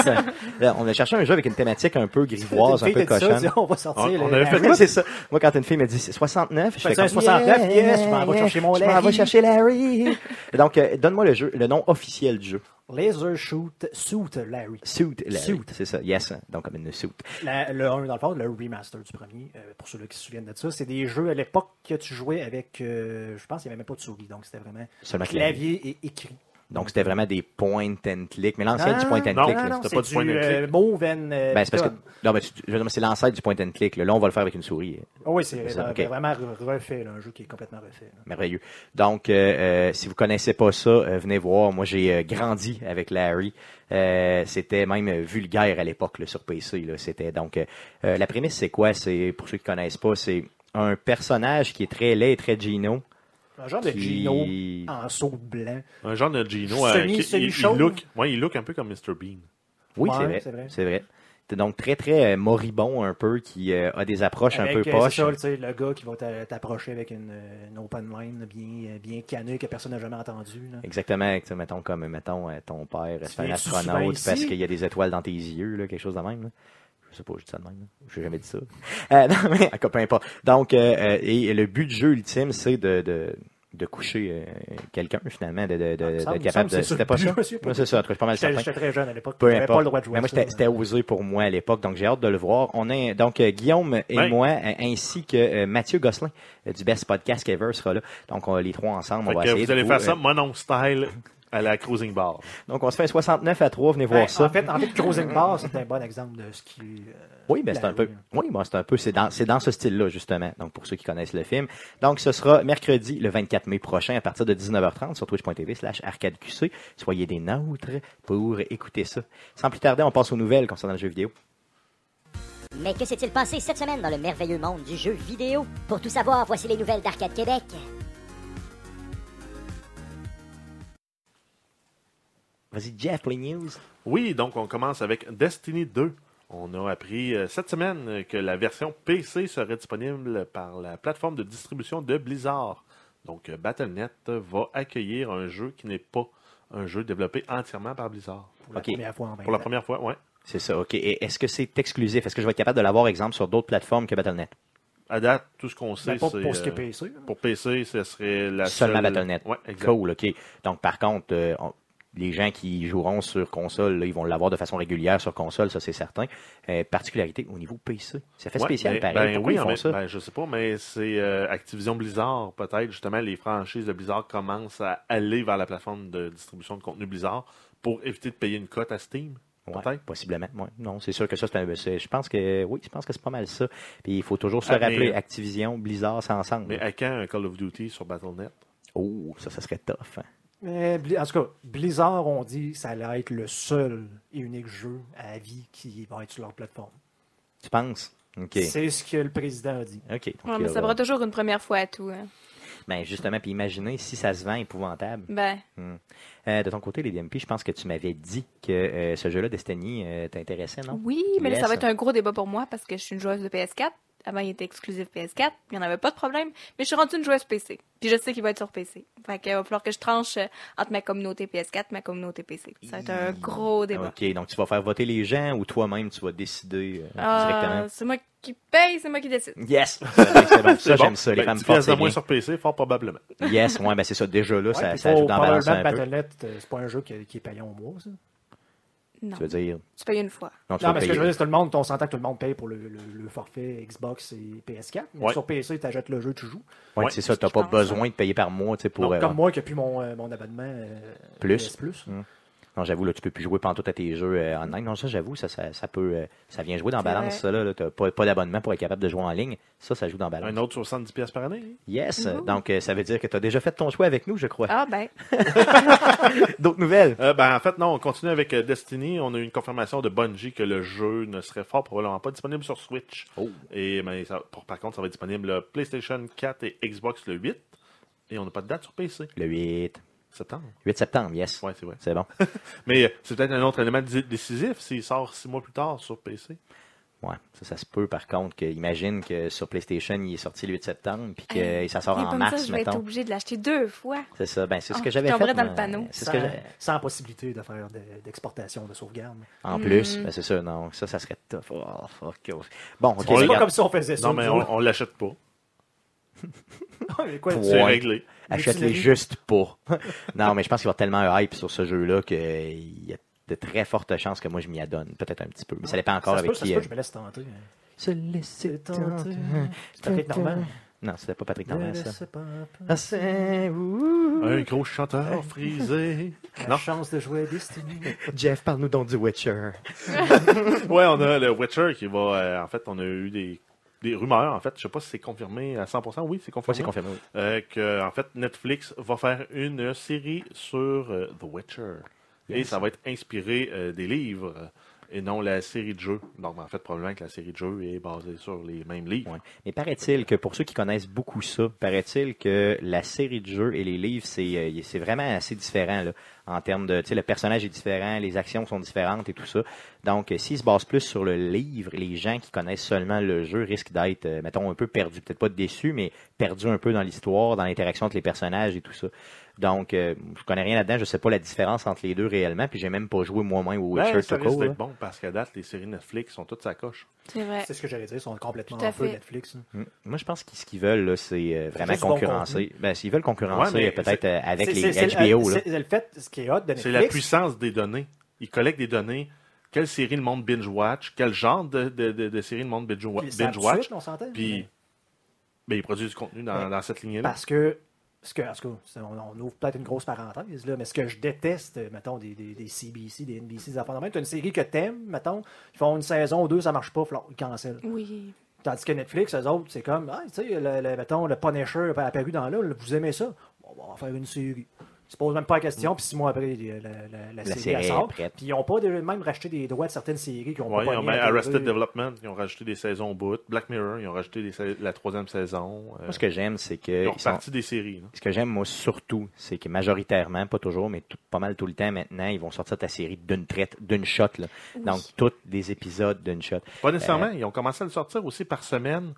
Euh, On a cherché un jeu avec une thématique un peu grivoise, Une un peu fille t'a dit ça, cochonne. dit, on va sortir. On- les- on avait la fait route. Oui, c'est ça. Moi, quand une fille me dit c'est 69, je Fais fais ça, comme 69, yes, je m'en vais chercher mon je m'en Larry. vais chercher Larry. (laughs) Donc, euh, donne-moi le jeu, le nom officiel du jeu. Laser Shoot Suit Larry. Suit Larry. Suit. C'est ça, yes. hein. Donc, comme une suit. La- le 1, dans le fond, le remaster du premier, euh, pour ceux-là qui se souviennent de ça. C'est des jeux à l'époque que tu jouais avec, euh, je pense, il n'y avait même pas de souris, donc c'était vraiment Seulement clavier. clavier et écrit. Ah, Donc, c'était vraiment des point and click. Mais l'ancien du point and non, click. non, là. c'était pas du point and euh, click. mauve and, euh, Ben, c'est parce que. Tom. Non, mais tu- je veux dire, mais c'est l'ancêtre du point and click. Là, Là, on va le faire avec une souris. Ah oui, c'est C'est ça, euh, ok. vraiment re- refait, là, un jeu qui est complètement refait. là. merveilleux. Donc, euh, euh, si vous connaissez pas ça, euh, venez voir. Moi, j'ai euh, grandi avec Larry. Euh, c'était même euh, vulgaire à l'époque là, sur PC. Là. C'était donc euh, euh, la prémisse, c'est quoi C'est pour ceux qui connaissent pas, c'est un personnage qui est très laid, très Gino. Un genre de qui- Ah, ben, Ah, Gino en saut blanc. Un genre de Gino. euh, Semi- qui- il, il semi-chauve. look, ouais, il look un peu comme Mr. Bean. Oui, Ouais, c'est vrai. c'est vrai. C'est vrai. C'est Donc très très euh, moribond un peu qui euh, a des approches Avec, un peu euh, poches. C'est ça, tu sais, le gars qui va t'a- t'approcher avec une, euh, une open line bien, euh, bien canée que personne n'a jamais entendue. là. Exactement, tu sais, mettons comme mettons euh, ton père c'est un viens-tu souvent astronaute ici? parce qu'il y a des étoiles dans tes yeux, là, quelque chose de même. là. Je sais pas, je dis ça de même. là. J'ai jamais dit ça. (laughs) Euh, non, mais en tout cas, peu importe. Donc, euh, euh, et le but du jeu ultime, c'est de, de, de coucher euh, quelqu'un, finalement, de, de, de- me d'être semble- Ah, il me semble capable de. que c'est ça C'était le pas but, ça? je sais pas. Moi, c'est ça, en tout cas, je suis pas mal J'étais certain. j'étais très jeune à l'époque, Peu j'avais importe. pas le droit de jouer Mais à moi, ça, c'était- c'était là. osé pour moi à l'époque, donc j'ai hâte de le voir. On est donc euh, Guillaume et Ouais. moi, euh, ainsi que euh, Mathieu Gosselin euh, du Best Podcast Ever sera là. Donc, on, les trois ensemble, on Fait va que essayer vous de allez faire ça euh, monon style à la cruising bar. Donc, on se fait un 69 à 3, venez voir Ben, ça. En fait, en fait, Closing Bar, c'est un bon exemple de ce qui. euh, Oui, ben c'est un peu. Larry. Oui, ben c'est un peu. C'est dans, c'est dans ce style-là justement. Donc pour ceux qui connaissent le film, donc ce sera mercredi le 24 mai prochain à partir de 19h30 sur twitch.tv/arcadeqc. Soyez des nôtres pour écouter ça. Sans plus tarder, on passe aux nouvelles concernant le jeu vidéo. Mais que s'est-il passé cette semaine dans le merveilleux monde du jeu vidéo Pour tout savoir, voici les nouvelles d'Arcade Québec. Vas-y, Jeff, les news. Oui, donc on commence avec Destiny 2. On a appris euh, cette semaine euh, que la version PC serait disponible par la plateforme de distribution de Blizzard. Donc euh, BattleNet va accueillir un jeu qui n'est pas un jeu développé entièrement par Blizzard. Pour la Ok. première fois en vingt Pour la ans. première fois, ouais. C'est ça. Ok. Et est-ce que c'est exclusif Est-ce que je vais être capable de l'avoir, exemple, sur d'autres plateformes que BattleNet À date, tout ce qu'on Ben, sait, pas c'est pour ce qui est euh, PC, là. pour PC, ce serait la Seulement seule- BattleNet. Ouais, exact. Cool. Ok. Donc par contre, euh, on- les gens qui joueront sur console, là, ils vont l'avoir de façon régulière sur console, ça c'est certain. Euh, particularité au niveau PC. Ça fait Ouais, spécial, mais- pareil. ben Pourquoi oui, ils font mais- ça? ben, je sais pas, mais c'est euh, Activision Blizzard, peut-être. Justement, les franchises de Blizzard commencent à aller vers la plateforme de distribution de contenu Blizzard pour éviter de payer une cote à Steam. Ouais, peut-être. possiblement. ouais. Non, c'est sûr que ça, c'est un. c'est- Je pense que oui, je pense que c'est pas mal ça. Puis il faut toujours se Ah, mais- euh, rappeler Activision, Blizzard, c'est ensemble. Mais à quand un Call of Duty sur BattleNet Oh, ça, ça serait tough. hein. Mais, Bli- en tout cas, Blizzard, on dit, ça allait être le seul et unique jeu à vie qui va être sur leur plateforme. Tu penses? OK. C'est ce que le président a dit. OK. donc, Ouais, mais euh, ça prend toujours une première fois à tout. hein. ben, justement, puis imaginez si ça se vend épouvantable. Ben, Euh, de ton côté, les DMP, je pense que tu m'avais dit que euh, ce jeu-là, Destiny, euh, t'intéressait, non? hein? oui, mais là, ça va Laisse. être un gros débat pour moi parce que je suis une joueuse de PS4. Avant, il était exclusif PS4. Il n'y en avait pas de problème. Mais je suis rendue une joueuse PC. Puis je sais qu'il va être sur PC. Fait qu'il va falloir que je tranche euh, entre ma communauté PS4 et ma communauté PC. Ça va être un gros débat. OK, donc ah tu vas faire voter les gens ou toi-même, tu vas décider euh, Ah, directement? c'est moi qui paye, (laughs) c'est moi qui décide. Yes! c'est bon. Ça, C'est bon. j'aime ça. Les Ben, femmes tu fortes, pièces de c'est moins bien. sur PC, fort probablement. Yes, ouais, ben c'est ça. Déjà là, Ouais, ça, puis ça ajoute pour en balance Power un Map peu. Battle.net, euh, c'est pas un jeu qui, qui est payant au mois, ça. Non, Tu veux dire... tu payes une fois. Non, tu Non, vas mais ce que payer. je veux dire, c'est que tout le monde, on s'entend que tout le monde paye pour le, le- le forfait Xbox et PS4. Mais Ouais. sur PC, tu achètes le jeu, tu joues. Ouais, Ouais, c'est ça. c'est T'as ce que pas je pense, besoin de payer par mois, tu sais, pour... Donc, euh, comme moi qui ai plus mon, euh, mon abonnement euh, Plus. Mm. PS Plus. Non, j'avoue, là, tu peux plus jouer pantoute à tes jeux euh, en ligne. Non, ça, j'avoue, ça, ça, ça peut... euh, ça vient jouer dans C'est balance, vrai. ça, là. là. T'as pas, pas d'abonnement pour être capable de jouer en ligne. Ça, ça joue dans balance. Un autre 70$ pièces par année. hein? Yes! Wouhou. Donc, euh, ça veut dire que t'as déjà fait ton choix avec nous, je crois. Ah ben, Ah. D'autres nouvelles? Euh, ben, en fait, non, on continue avec euh, Destiny. On a eu une confirmation de Bungie que le jeu ne serait fort probablement pas disponible sur Switch. Oh. Et ben, ça- pour- par contre, ça va être disponible euh, PlayStation 4 et Xbox le 8. Et on n'a pas de date sur PC. Le 8... Septembre. 8 septembre, yes. Ouais, c'est vrai. C'est bon. Mais euh, c'est peut-être un autre élément dé- décisif s'il sort six mois plus tard sur PC. Ouais, ça, ça se peut par contre que imagine que sur PlayStation, il est sorti le 8 septembre puis que Hey, ça sort mais en comme mars ça, je vais être mettons. obligée de l'acheter deux fois. C'est ça, ben c'est ce Oh, que je j'avais fait. tomberais dans le moi. panneau. C'est ce Sans, que j'ai- sans possibilité de faire de- d'exportation de sauvegarde. en Mm. plus, ben, c'est ça non, ça ça serait tough. Oh, fuck off. Bon, OK, On C'est pas regarde. comme si on faisait ça. Non, mais nous autres. (laughs) on, on l'achète pas. Mais quoi, Pour- tu- C'est Ouais. réglé. achète-les l'utilité. juste pas. (laughs) non, mais je pense qu'il va y avoir tellement un hype sur ce jeu là que il y a de très fortes chances que moi je m'y adonne, peut-être un petit peu, mais ça dépend encore ça se avec peut, ça qui. se peut, euh, je me laisse tenter. hein. Se laisser tenter. C'est Patrick Normand. Non, c'était pas Patrick Normand ça. Laisse pas- Ah, c'est- ouh. Un gros chanteur frisé. La chance de jouer à Destiny. Jeff, parle-nous donc du Witcher. Ouais, on a le Witcher qui va. euh, en fait, on a eu des, des rumeurs. En fait, je sais pas si c'est confirmé à 100%. Oui, c'est Ouais, confirmé. c'est confirmé. oui. Euh, que en fait Netflix va faire une série sur euh, The Witcher et Yes. ça va être inspiré euh, des livres euh, et non la série de jeux. Donc en fait probablement que la série de jeux est basée sur les mêmes livres. Ouais. Mais paraît-il que pour ceux qui connaissent beaucoup ça, paraît-il que la série de jeux et les livres, c'est euh, c'est vraiment assez différent là, en termes de, tu sais, le personnage est différent, les actions sont différentes et tout ça. Donc, euh, s'ils se basent plus sur le livre, les gens qui connaissent seulement le jeu risquent d'être, euh, mettons, un peu perdus, peut-être pas déçus, mais perdus un peu dans l'histoire, dans l'interaction entre les personnages et tout ça. Donc, euh, je connais rien là-dedans, je sais pas la différence entre les deux réellement, puis j'ai même pas joué moi-même au Witcher Ben, ça tout risque court, là. d'être bon parce qu'à date les séries Netflix sont toutes sa coche. C'est vrai. C'est ce que j'allais dire, ils sont complètement Tout à en feu fait. Netflix. hein. Mm. Moi, je pense que ce qu'ils veulent, là, c'est euh, vraiment juste du bon concurrencer. Ben, s'ils veulent concurrencer, Ouais, mais euh, peut-être euh, avec C'est- les c'est- c'est le- HBO, là. c'est- c'est le fait, ce qui est hot de C'est la Netflix, puissance des données. Ils collectent des données. Quelle série le monde binge watch Quel genre de, de, de- de série le monde binge puis ça binge tout de watch suite, on s'entend. Puis ben, ils produisent du contenu dans, Ouais. dans cette lignée-là. Parce que, ce que en tout cas, c'est- on, on ouvre peut-être une grosse parenthèse, là, mais ce que je déteste, euh, mettons, des, des, des CBC, des NBC, des affaires de même, t'as une série que t'aimes, mettons, ils font une saison ou deux, ça marche pas, flop, ils cancellent. Oui. Tandis que Netflix, eux autres, c'est comme, ah, tu sais, le, le- mettons, le Punisher est apparu dans là, vous aimez ça? Bon, ben, on va faire une série. Ils se posent même pas la question, puis six mois après, la, la- la- la série, série elle est sort. Puis prête. ils n'ont pas de- même racheté des droits de certaines séries qui ont Ouais, pas ils ont pogné ben, à Arrested TV. Development, ils ont rajouté des saisons au bout. Black Mirror, ils ont rajouté des sais- la troisième saison. euh, Moi, ce que j'aime, c'est que. ils ont ils sont- reparti des séries. là. Ce que j'aime, moi, surtout, c'est que majoritairement, pas toujours, mais tout- pas mal tout le temps maintenant, ils vont sortir ta série d'une traite, d'une shot, là. Donc, tous les épisodes d'une shot. Pas nécessairement, Euh. ils ont commencé à le sortir aussi par semaine.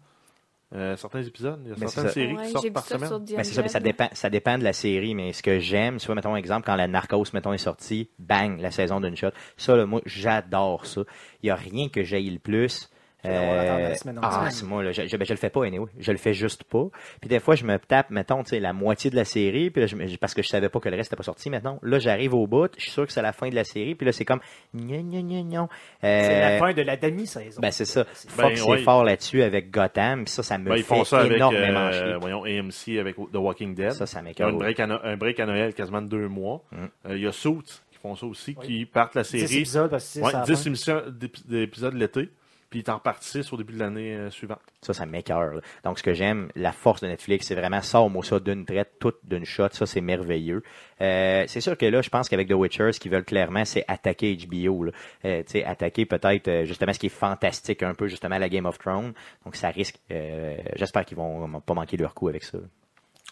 Euh, certains épisodes, il y Mais a Ben, c'est certaines ça. séries Ouais, qui j'ai sortent vu par ça semaine. sur Mais Ben, c'est ça, mais ça DMZ, là. dépend, ça dépend de la série, mais ce que j'aime, tu vois, mettons un exemple, quand la Narcos, mettons, est sortie, bang, la saison d'une shot. Ça, là, moi, j'adore ça. Il n'y a rien que j'aille le plus. On va attendre la semaine en ah, semaine. c'est moi, là, je, je, ben, je le fais pas, anyway. Je le fais juste pas. Puis des fois, je me tape, mettons, tu sais, la moitié de la série, puis là, je me- parce que je savais pas que le reste n'était pas sorti. Maintenant, là, j'arrive au bout, je suis sûr que c'est la fin de la série, puis là, c'est comme, gna, gna, gna, gna. Euh, C'est la fin de la demi-saison. ben, c'est ça. C'est- Fox Ben, ouais. est fort là-dessus avec Gotham, puis ça, ça me Ben, fait ils font ça avec énormément euh, chier. voyons, AMC, avec The Walking Dead. Ça, ça Ils ont m'écoeure. une break à No- un break à Noël quasiment de deux mois. Mm. Euh, Il y a Suits qui font ça aussi, Oui. qui partent la 10 série. épisodes, parce que c'est Ouais, ça. 10 émissions d'ép- d'épisodes l'été. puis ils t'en repartent six au début de l'année euh, suivante. Ça, ça m'écœure. là. Donc, ce que j'aime, la force de Netflix, c'est vraiment sors-moi ça d'une traite, tout d'une shot. Ça, c'est merveilleux. Euh, c'est sûr que là, je pense qu'avec The Witcher, ce qu'ils veulent clairement, c'est attaquer HBO. là. Euh, tu sais, attaquer peut-être euh, justement ce qui est fantastique un peu, justement, la Game of Thrones. Donc, ça risque. euh, J'espère qu'ils vont euh, pas manquer leur coup avec ça.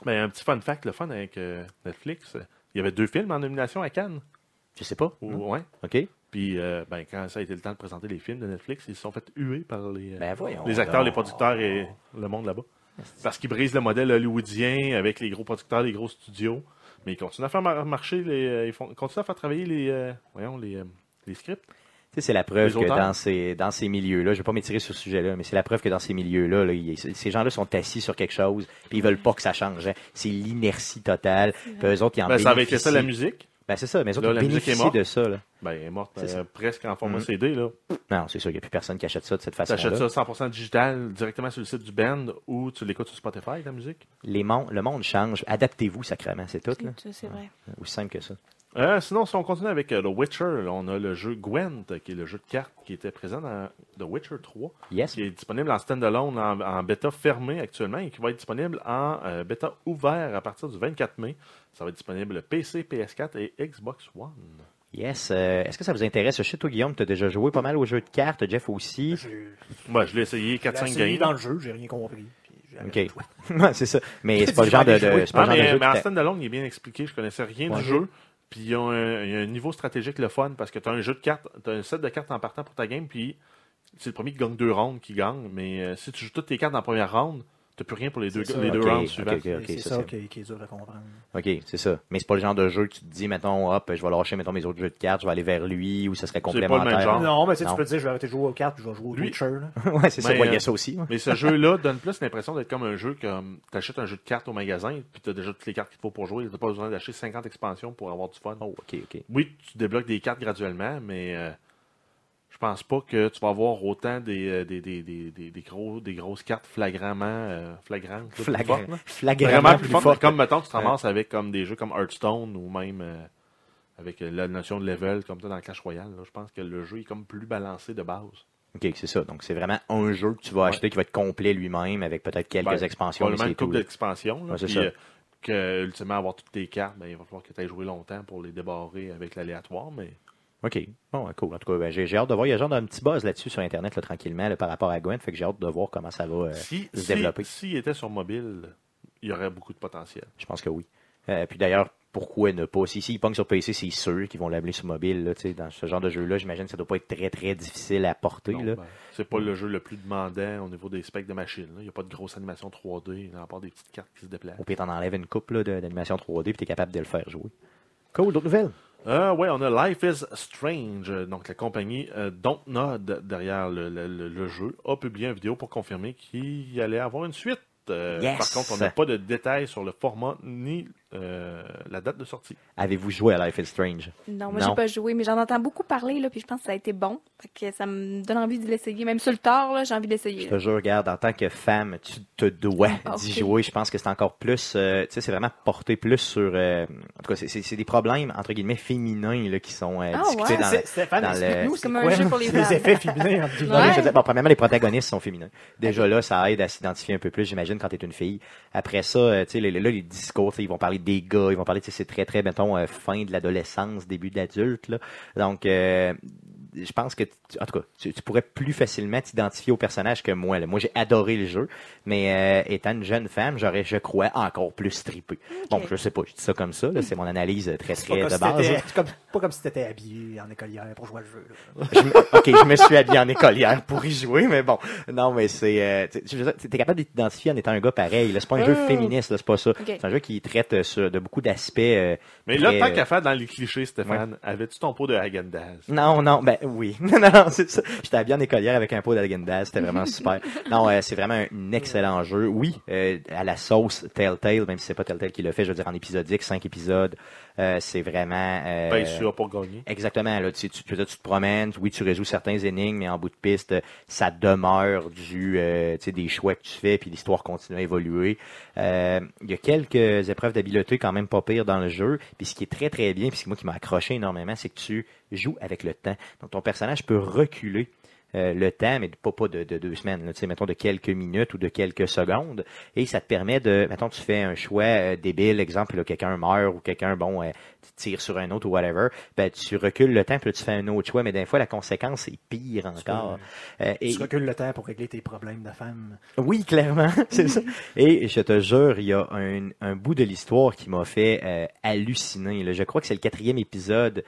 Mais Ben, un petit fun fact, le fun avec euh, Netflix, euh, il y avait deux films en nomination à Cannes. Je sais pas. Ou- ouais. OK? Puis euh, ben, quand ça a été le temps de présenter les films de Netflix, ils se sont fait huer par les, euh, Ben, voyons les acteurs, donc. les producteurs et le monde là-bas. Parce qu'ils brisent le modèle hollywoodien avec les gros producteurs, les gros studios. Mais ils continuent à faire mar- marcher, les, euh, ils font- continuent à faire travailler les, euh, voyons, les, euh, les scripts. Tu sais, c'est la preuve Les que auteurs. dans ces, dans ces milieux-là, je vais pas m'étirer sur ce sujet-là, mais c'est la preuve que dans ces milieux-là, là, il- ces gens-là sont assis sur quelque chose, puis ils veulent pas que ça change. hein. C'est l'inertie totale. Puis eux autres, ils en Ben, ça avait été bénéficient. ça la musique. Ben, c'est ça, mais eux autres, Là, ils la musique est bénéficient morte. de ça. Là. Ben, elle est morte C'est euh, ça. presque en format Mhm. CD. là. Non, c'est sûr qu'il n'y a plus personne qui achète ça de cette T'achètes façon-là. ça 100% digital directement sur le site du band ou tu l'écoutes sur Spotify, la musique. Les mon- le monde change. Adaptez-vous, sacrément, c'est tout. Là. C'est c'est vrai. Aussi simple que ça. Euh, sinon, si on continue avec euh, The Witcher, là, on a le jeu Gwent, qui est le jeu de cartes qui était présent dans The Witcher 3, Yes. qui est disponible en standalone, en, en bêta fermée actuellement, et qui va être disponible en euh, bêta ouvert à partir du 24 mai. Ça va être disponible PC, PS4 et Xbox One. Yes. Euh, Est-ce que ça vous intéresse? Je sais, toi, Guillaume, tu as déjà joué pas mal aux jeux de cartes. Jeff aussi. (laughs) J'ai Moi, je l'ai essayé j'ai 4-5 essayé games. dans le jeu, j'ai rien compris. puis j'ai OK. arrêté de jouer. Ouais, c'est ça. Mais c'est pas le genre de, de- c'est pas le genre Ah, de mais, jeu mais en que t'a- standalone, il est bien expliqué. Je connaissais rien Ouais. du jeu. Puis il y, a un, il y a un niveau stratégique le fun parce que tu as un jeu de cartes, tu as un set de cartes en partant pour ta game. Puis c'est le premier qui gagne deux rounds qui gagne. Mais euh, si tu joues toutes tes cartes dans la première round, tu plus rien pour les deux, C'est ça. les deux Ok, rounds suivants. ok, ok, C'est ça, ça, c'est- qui, qui est dur à comprendre. OK, c'est ça. Mais c'est pas le genre de jeu que tu te dis, mettons, hop, je vais lâcher, mettons, mes autres jeux de cartes, je vais aller vers lui, ou ça serait pas le même complémentaire. genre. Non, mais tu sais, Non. tu peux te dire, je vais arrêter de jouer aux cartes, je vais jouer au Lui- Witcher. (laughs) là. ouais, c'est ça. Mais, Ouais, il y euh, a ça aussi. ouais. Mais ce jeu-là donne plus l'impression d'être comme un jeu comme tu achètes un jeu de cartes au magasin, puis tu as déjà toutes les cartes qu'il te faut pour jouer. Tu pas besoin d'acheter 50 expansions pour avoir du fun. Oh, OK, OK. Oui, tu débloques des cartes graduellement, mais euh, je pense pas que tu vas avoir autant des, euh, des, des, des, des, des gros, des grosses cartes flagramment, euh, flagrantes. là, plus Flagrant, fortes, là. flagramment Vraiment plus, fortes. forte. Comme, mettons, tu te ramasses avec comme, des jeux comme Hearthstone ou même euh, avec euh, la notion de level, comme toi dans Clash Royale. là. Je pense que le jeu est comme plus balancé de base. OK, c'est ça. Donc, c'est vraiment un jeu que tu vas Ouais. acheter qui va être complet lui-même avec peut-être quelques Ben, expansions. mais Probablement c'est une couple tout. d'expansions. là, Ouais, c'est puis, ça. euh, que, ultimement, avoir toutes tes cartes, ben, il va falloir que tu ailles jouer longtemps pour les débarrer avec l'aléatoire, mais OK. Bon, ouais, cool. En tout cas, ben, j'ai j'ai hâte de voir. Il y a genre un petit buzz là-dessus sur Internet, là, tranquillement, là, par rapport à Gwen. Fait que j'ai hâte de voir comment ça va euh, si, se si- développer. s'il était sur mobile, il y aurait beaucoup de potentiel. Je pense que oui. Euh, puis d'ailleurs, pourquoi ne pas? Si, si ils pognent sur PC, c'est sûr qu'ils vont l'amener sur mobile. Là, tu sais, dans ce genre de jeu-là, j'imagine que ça doit pas être très, très difficile à porter. Non, là. ben, c'est pas le jeu le plus demandant au niveau des specs de machine. là. Il n'y a pas de grosse animation 3D, à part des petites cartes qui se déplacent. Au pire, t'en enlèves une coupe là, de- d'animation 3D puis t'es capable de le faire jouer. Cool, d'autres nouvelles? Euh, ouais, on a Life is Strange, euh, donc la compagnie euh, Dontnod derrière le, le- le- le jeu, a publié une vidéo pour confirmer qu'il allait avoir une suite. Euh, Yes! Par contre, on n'a pas de détails sur le format ni euh, la date de sortie. Avez-vous joué à Life is Strange? Non, moi, Non. j'ai pas joué, mais j'en entends beaucoup parler, là, puis je pense que ça a été bon. Fait que ça me donne envie de l'essayer. Même sur le tard, là, j'ai envie Je d'essayer. te jure, regarde, en tant que femme, tu te dois Ah, d'y ok. jouer. Je pense que c'est encore plus, euh, tu sais, c'est vraiment porté plus sur, euh, en tout cas, c'est- c'est c'est des problèmes, entre guillemets, féminins, là, qui sont euh, Ah, discutés ouais. dans la... C'est- Stéphane, dans le- explique-nous, Comme c'est un quoi jeu pour les femmes. les effets féminins entre Non, mais je guillemets. veux dire, bon, premièrement, les protagonistes sont féminins. Déjà là, ça aide à s'identifier un peu plus, j'imagine, quand t'es une fille. Après ça, euh, tu sais, les- les- là, les discours, tu sais, ils vont parler des gars, ils vont parler, tu sais, c'est très, très, mettons, euh, fin de l'adolescence, début de l'adulte, là. Donc, euh, je pense que, tu- en tout cas, tu, tu pourrais plus facilement t'identifier au personnage que moi. là. Moi, j'ai adoré le jeu, mais euh, étant une jeune femme, j'aurais, je crois, encore plus trippé. Bon, je sais pas, je dis ça comme ça, là, c'est mon analyse euh, très, C'est pas très comme de si base. t'étais- c'est comme- pas comme si t'étais habillé en écolière pour jouer le jeu. là. Je me- ok, je me suis habillé en écolière pour y jouer, mais bon. Non, mais c'est. euh, tu- je veux dire, t'es capable d'identifier en étant un gars pareil. là. C'est pas un jeu féministe, là, c'est pas ça. C'est un jeu qui traite euh, sur- de beaucoup d'aspects. euh, Mais très, là, tant euh, qu'à faire dans les clichés, Stéphane, avais-tu ton pot de Hagandaz? non, non, ben oui. (laughs) non, non, c'est ça. J'étais habillé en écolière avec un pot d'Algendaz, c'était vraiment super. Non, euh, c'est vraiment un excellent jeu. Oui, euh, à la sauce Telltale, même si c'est pas Telltale qui le fait, je veux dire en épisodique, cinq épisodes, euh, c'est vraiment. euh, Ben, sûr, pour gagner. Exactement. Là, tu, tu, je veux dire, tu te promènes, oui, tu résous certains énigmes, mais en bout de piste, ça demeure du, euh, tu sais, des choix que tu fais, puis l'histoire continue à évoluer. Euh, Il y a quelques épreuves d'habileté quand même pas pire dans le jeu. Puis ce qui est très, très bien, puis c'est moi qui m'a accroché énormément, c'est que tu joues avec le temps. Donc, ton personnage peut reculer euh, le temps, mais pas, pas de, de deux semaines, là, tu sais, mettons de quelques minutes ou de quelques secondes. Et ça te permet de, mettons, tu fais un choix euh, débile, exemple, là, quelqu'un meurt ou quelqu'un, bon, euh, tu tires sur un autre ou whatever, ben, tu recules le temps, puis là, tu fais un autre choix, mais des fois, la conséquence est pire encore. Euh, et- Tu recules le temps pour régler tes problèmes de femme. oui, clairement, (laughs) c'est ça. Et je te jure, il y a un, un bout de l'histoire qui m'a fait euh, halluciner. là. Je crois que c'est le quatrième épisode.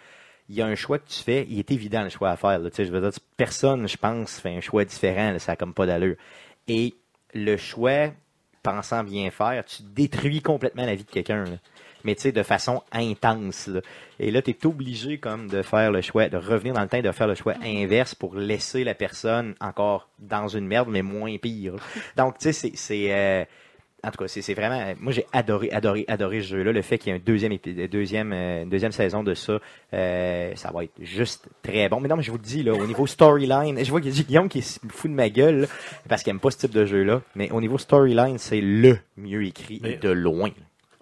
Il y a un choix que tu fais. Il est évident le choix à faire. là. Tu sais, je veux dire, personne, je pense, fait un choix différent. là. Ça a comme pas d'allure. Et le choix, pensant bien faire, tu détruis complètement la vie de quelqu'un. là. Mais tu sais, de façon intense. là. Et là, tu es obligé comme de faire le choix, de revenir dans le temps et de faire le choix inverse pour laisser la personne encore dans une merde, mais moins pire. Donc, tu sais, c'est- c'est. euh, en tout cas, c'est c'est vraiment. Moi, j'ai adoré, adoré, adoré ce jeu-là. Le fait qu'il y ait un deuxième, épi- deuxième, euh, une deuxième saison de ça, euh, ça va être juste très bon. Mais non, mais je vous le dis, là, au niveau storyline, je vois qu'il y a Guillaume qui se fout de ma gueule là, parce qu'il aime pas ce type de jeu-là. Mais au niveau storyline, c'est le mieux écrit Mais- de loin.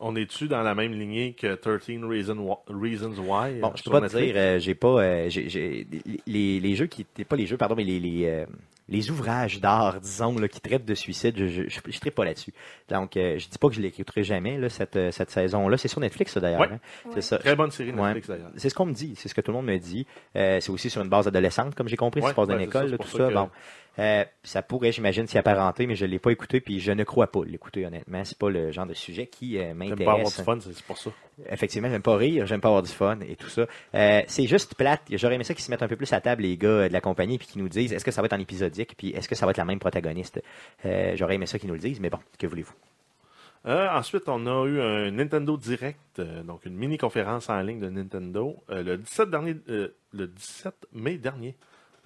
On est-tu dans la même lignée que 13 Reason Wa- Reasons Why? Bon, je euh, peux sur pas te Netflix? dire, euh, j'ai pas, euh, j'ai- j'ai- les, les jeux qui, pas les jeux, pardon, mais les, les, euh, les ouvrages d'art, disons, là, qui traitent de suicide, je, je, je, je traite pas là-dessus. Donc, euh, je dis pas que je l'écouterai jamais, là, cette, euh, cette saison-là. C'est sur Netflix, ça, d'ailleurs. Ouais. hein? C'est Ouais. ça. Très bonne série Ouais. Netflix, d'ailleurs. C'est ce qu'on me dit, c'est ce que tout le monde me dit. Euh, c'est aussi sur une base adolescente, comme j'ai compris, Ouais, ça se passe dans ouais, c'est ça, l'école, c'est là, pour tout ça ça. que- Bon, Euh, ça pourrait, j'imagine, s'y apparenter, mais je l'ai pas écouté, puis je ne crois pas l'écouter, honnêtement. C'est pas le genre de sujet qui euh, J'aime pas avoir m'intéresse. du fun, c'est c'est pour ça. Effectivement, j'aime pas rire, j'aime pas avoir du fun et tout ça. Euh, c'est juste plate. J'aurais aimé ça qu'ils se mettent un peu plus à table, les gars euh, de la compagnie, puis qu'ils nous disent est-ce que ça va être en épisodique, puis est-ce que ça va être la même protagoniste. Euh, J'aurais aimé ça qu'ils nous le disent, mais bon, que voulez-vous (laughs) Euh, ensuite, on a eu un Nintendo Direct, euh, donc une mini-conférence en ligne de Nintendo. Euh, le, 17 dernier, euh, le 17 mai dernier,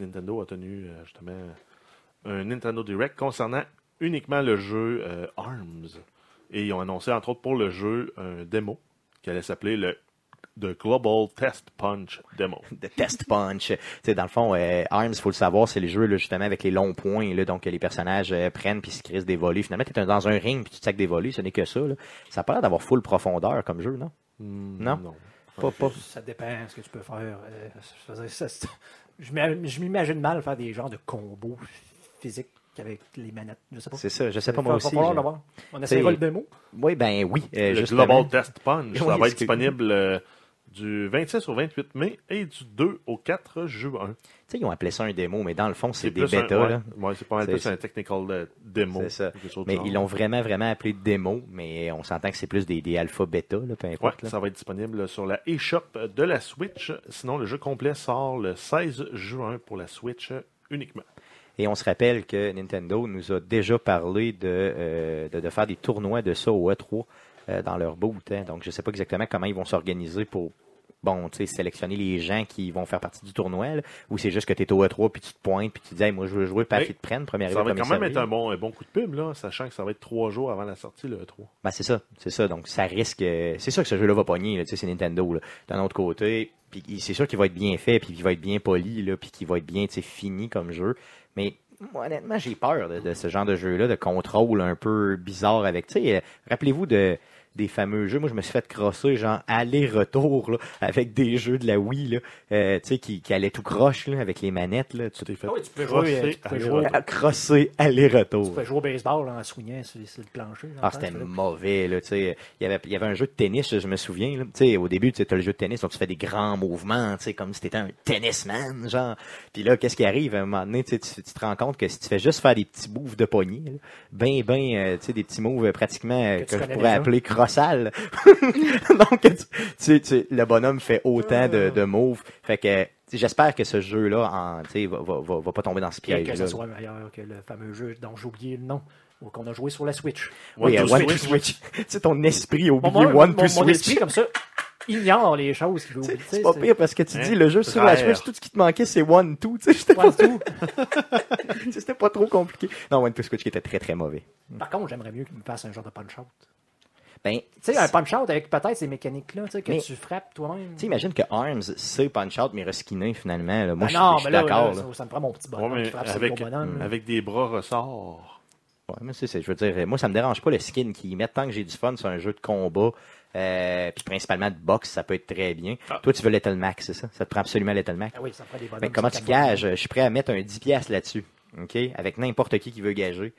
Nintendo a tenu euh, justement un Nintendo Direct concernant uniquement le jeu euh, ARMS. Et ils ont annoncé, entre autres, pour le jeu, un démo qui allait s'appeler le The Global Test Punch Demo. De Test Punch. Tu sais, dans le fond, euh, Arms, faut le savoir, c'est les jeux là, justement avec les longs points, là, donc euh, les personnages euh, prennent puis se crissent des volets. Finalement, t'es un- dans un ring puis tu te sacs des volets, ce n'est que ça. Là. Ça a pas l'air d'avoir full profondeur comme jeu, non Hmm, Non. Pas, pas. Ça dépend ce que tu peux faire. Euh, je veux dire, ça, c'est- je m'a- je m'imagine mal faire des genres de combos physiques avec les manettes. Je sais pas. C'est ça, je sais Faut- pas moi faut- aussi. faut voir, je- le voir. On essaiera le démo. Oui, ben oui. euh, le justement. Global Test Punch. Oui, ça va être excuse- disponible euh, du 26 au 28 mai et du 2 au 4 juin. Tu sais, ils ont appelé ça un démo, mais dans le fond, c'est des plus un- bêtas. ouais, là. ouais, c'est pas mal C'est- plus un technical euh, démo. C'est ça. quelque chose du Mais genre. ils l'ont vraiment, vraiment appelé démo, mais on s'entend que c'est plus des, des alpha bêta, là, peu Ouais, importe. là. ça va être disponible sur la eShop de la Switch. Sinon, le jeu complet sort le 16 juin pour la Switch uniquement. Et on se rappelle que Nintendo nous a déjà parlé de, euh, de, de faire des tournois de ça au E3 euh, dans leur boot. hein. Donc, je ne sais pas exactement comment ils vont s'organiser pour bon, tu sais, sélectionner les gens qui vont faire partie du tournoi, là, ou c'est juste que tu es au E3 puis tu te pointes puis tu dis hey, moi je veux jouer, pas Mais ils te prennent, premier Ça arrivé, va premier quand même servi. être un bon, un bon coup de pub, là, sachant que ça va être trois jours avant la sortie, le E 3. Ben, c'est ça, c'est ça. Donc, ça risque. euh, C'est sûr que ce jeu-là va pogner, là, tu sais, c'est Nintendo. là. D'un autre côté, puis il- c'est sûr qu'il va être bien fait, puis qu'il va être bien poli, là, puis qu'il va être bien tu sais, fini comme jeu. Mais moi, honnêtement, j'ai peur de, de ce genre de jeu-là, de contrôle un peu bizarre avec. tu sais, euh, Rappelez-vous de des fameux jeux. Moi, je me suis fait crosser, genre, aller-retour, là, avec des jeux de la Wii, là, euh, tu sais, qui, qui allaient tout croche, là, avec les manettes, là. Tu Tu t'es fait Ah oui, tu peux crosser jouer, euh, tu peux aller- jouer. crosser, Tu aller-retour. peux jouer au baseball en soignant sur, sur le plancher. Ah, c'était mauvais, là, tu sais. Il y avait, il y avait un jeu de tennis, je me souviens, là. Tu sais, au début, tu as le jeu de tennis, donc tu fais des grands mouvements, tu sais, comme si t'étais un tennisman, genre. Puis là, qu'est-ce qui arrive? À un moment donné, tu, sais, tu- tu te rends compte que si tu fais juste faire des petits moves de poignet, là, ben, ben, euh, tu sais, des petits moves euh, pratiquement euh, Que tu que, je connais pourrais déjà. appeler (laughs) crossal. (laughs) donc, tu, tu- tu- le bonhomme fait autant Ah. de, de moves. Fait que, tu sais, j'espère que ce jeu-là, en, tu sais, va, va, va, va pas tomber dans ce Bien euh, que piège-là. ce soit meilleur que le fameux jeu dont j'ai oublié le nom, ou qu'on a joué sur la Switch. Oui, One euh, to One to Switch. Switch. (laughs) tu sais, ton esprit a oublié Mon- mon- One mon- to Mon Switch. esprit, comme ça, ignore les choses qu'il veut oublier. C'est pas pire parce que tu Hein? dis le jeu sur la Rare. Switch, tout ce qui te manquait c'est One Two. tu sais, C'était pas, Pas du tout. c'était pas trop compliqué. Non, One Two Switch qui était très très mauvais. Par contre, j'aimerais mieux qu'il me fasse un genre de punch-out. Ben, Tu sais, un punch-out avec peut-être ces mécaniques-là, tu sais, que Mais- tu frappes toi-même. tu sais, imagine que Arms c'est Punch Out mais reskiné finalement. Ben là. Moi, Ah je suis- non, je suis mais là, d'accord. là, là. ça- ça me prend mon petit Ouais, bonhomme mais qui frappe ses avec, gros bonhommes. là. avec des bras ressorts. Ouais, mais c'est, c'est- je veux dire, euh, moi, ça me dérange pas le skin qu'ils mettent tant que j'ai du fun sur un jeu de combat, euh, puis principalement de boxe, ça peut être très bien. Ah. Toi, tu veux Lethal Max, c'est ça? Ça te prend absolument Lethal Max. Ah oui, ça prend des bonhommes. Mais comment tu qui capottent. gages? euh, Je suis prêt à mettre un 10$ piastres là-dessus. OK? Avec n'importe qui qui veut gager.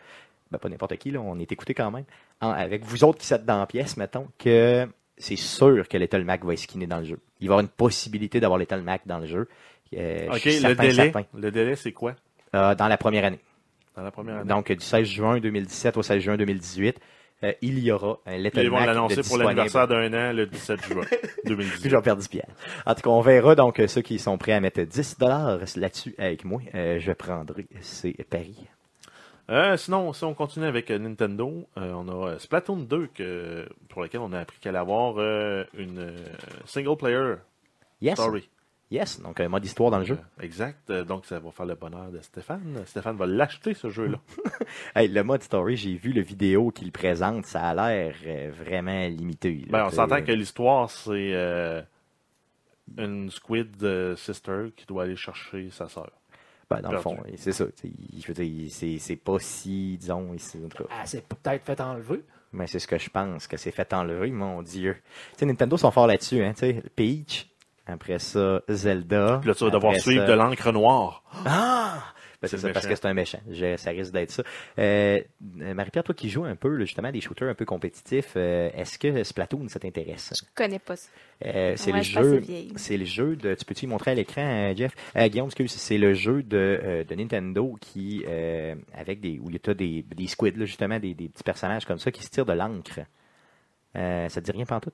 Ben, pas n'importe qui, là, on est écouté quand même. En- avec vous autres qui êtes dans la pièce, mettons, que c'est sûr que Lethal Mac va être skinné dans le jeu. Il va y avoir une possibilité d'avoir Lethal Mac dans le jeu. Euh, je OK, suis le certain, délai, certain. le délai, c'est quoi Euh, dans la première année. dans la première année? Donc, euh, du 16 juin 2017 au 16 juin 2018, euh, il y aura un Puis Lethal ils vont Mac de l'annoncer pour disponible. l'anniversaire d'un an le 17 (laughs) juin Puis 2018. j'en perds 10 piastres. En tout cas, on verra donc euh, ceux qui sont prêts à mettre 10 dollars là-dessus avec moi. euh, je prendrai ces paris. Euh, sinon, si on continue avec euh, Nintendo, euh, on a euh, Splatoon 2 que- pour lequel on a appris qu'elle allait avoir euh, une euh, single player Yes. story. Yes. Donc, un mode histoire dans le jeu. Euh, exact. Euh, donc, ça va faire le bonheur de Stéphane. Stéphane va l'acheter, ce jeu-là. Mmh. Hey, le mode story, j'ai vu le vidéo qu'il présente. Ça a l'air euh, vraiment limité. là. Ben, on C'est- s'entend que l'histoire, c'est euh, une Squid euh, Sister qui doit aller chercher sa sœur. Ben, dans le fond, perdu. c'est ça. tu sais, Je veux dire, c'est- c'est pas si, disons, ici, en tout cas. Ah, c'est peut-être fait enlever. Mais c'est ce que je pense, que c'est fait enlever, mon Dieu. Tu sais, Nintendo sont forts là-dessus, hein. Tu sais, Peach, après ça, Zelda. Puis là, tu vas devoir après suivre ça- de l'encre noire. Ah! Ben, c'est C'est ça, le parce que méchant. c'est un méchant. Je- ça risque d'être ça. Euh, euh, Marie-Pierre, toi qui joues un peu, là, justement, à des shooters un peu compétitifs, euh, est-ce que Splatoon, ça t'intéresse? Je connais pas ça. Euh, c'est Ouais, le je suis assez jeu. vieille. C'est le jeu de. Tu peux-tu y montrer à l'écran, euh, Jeff Euh, Guillaume, excuse, c'est le jeu de, euh, de Nintendo qui. euh, avec des. où il y a des, des squids, là, justement, des, des petits personnages comme ça qui se tirent de l'encre. Euh, ça te dit rien pantoute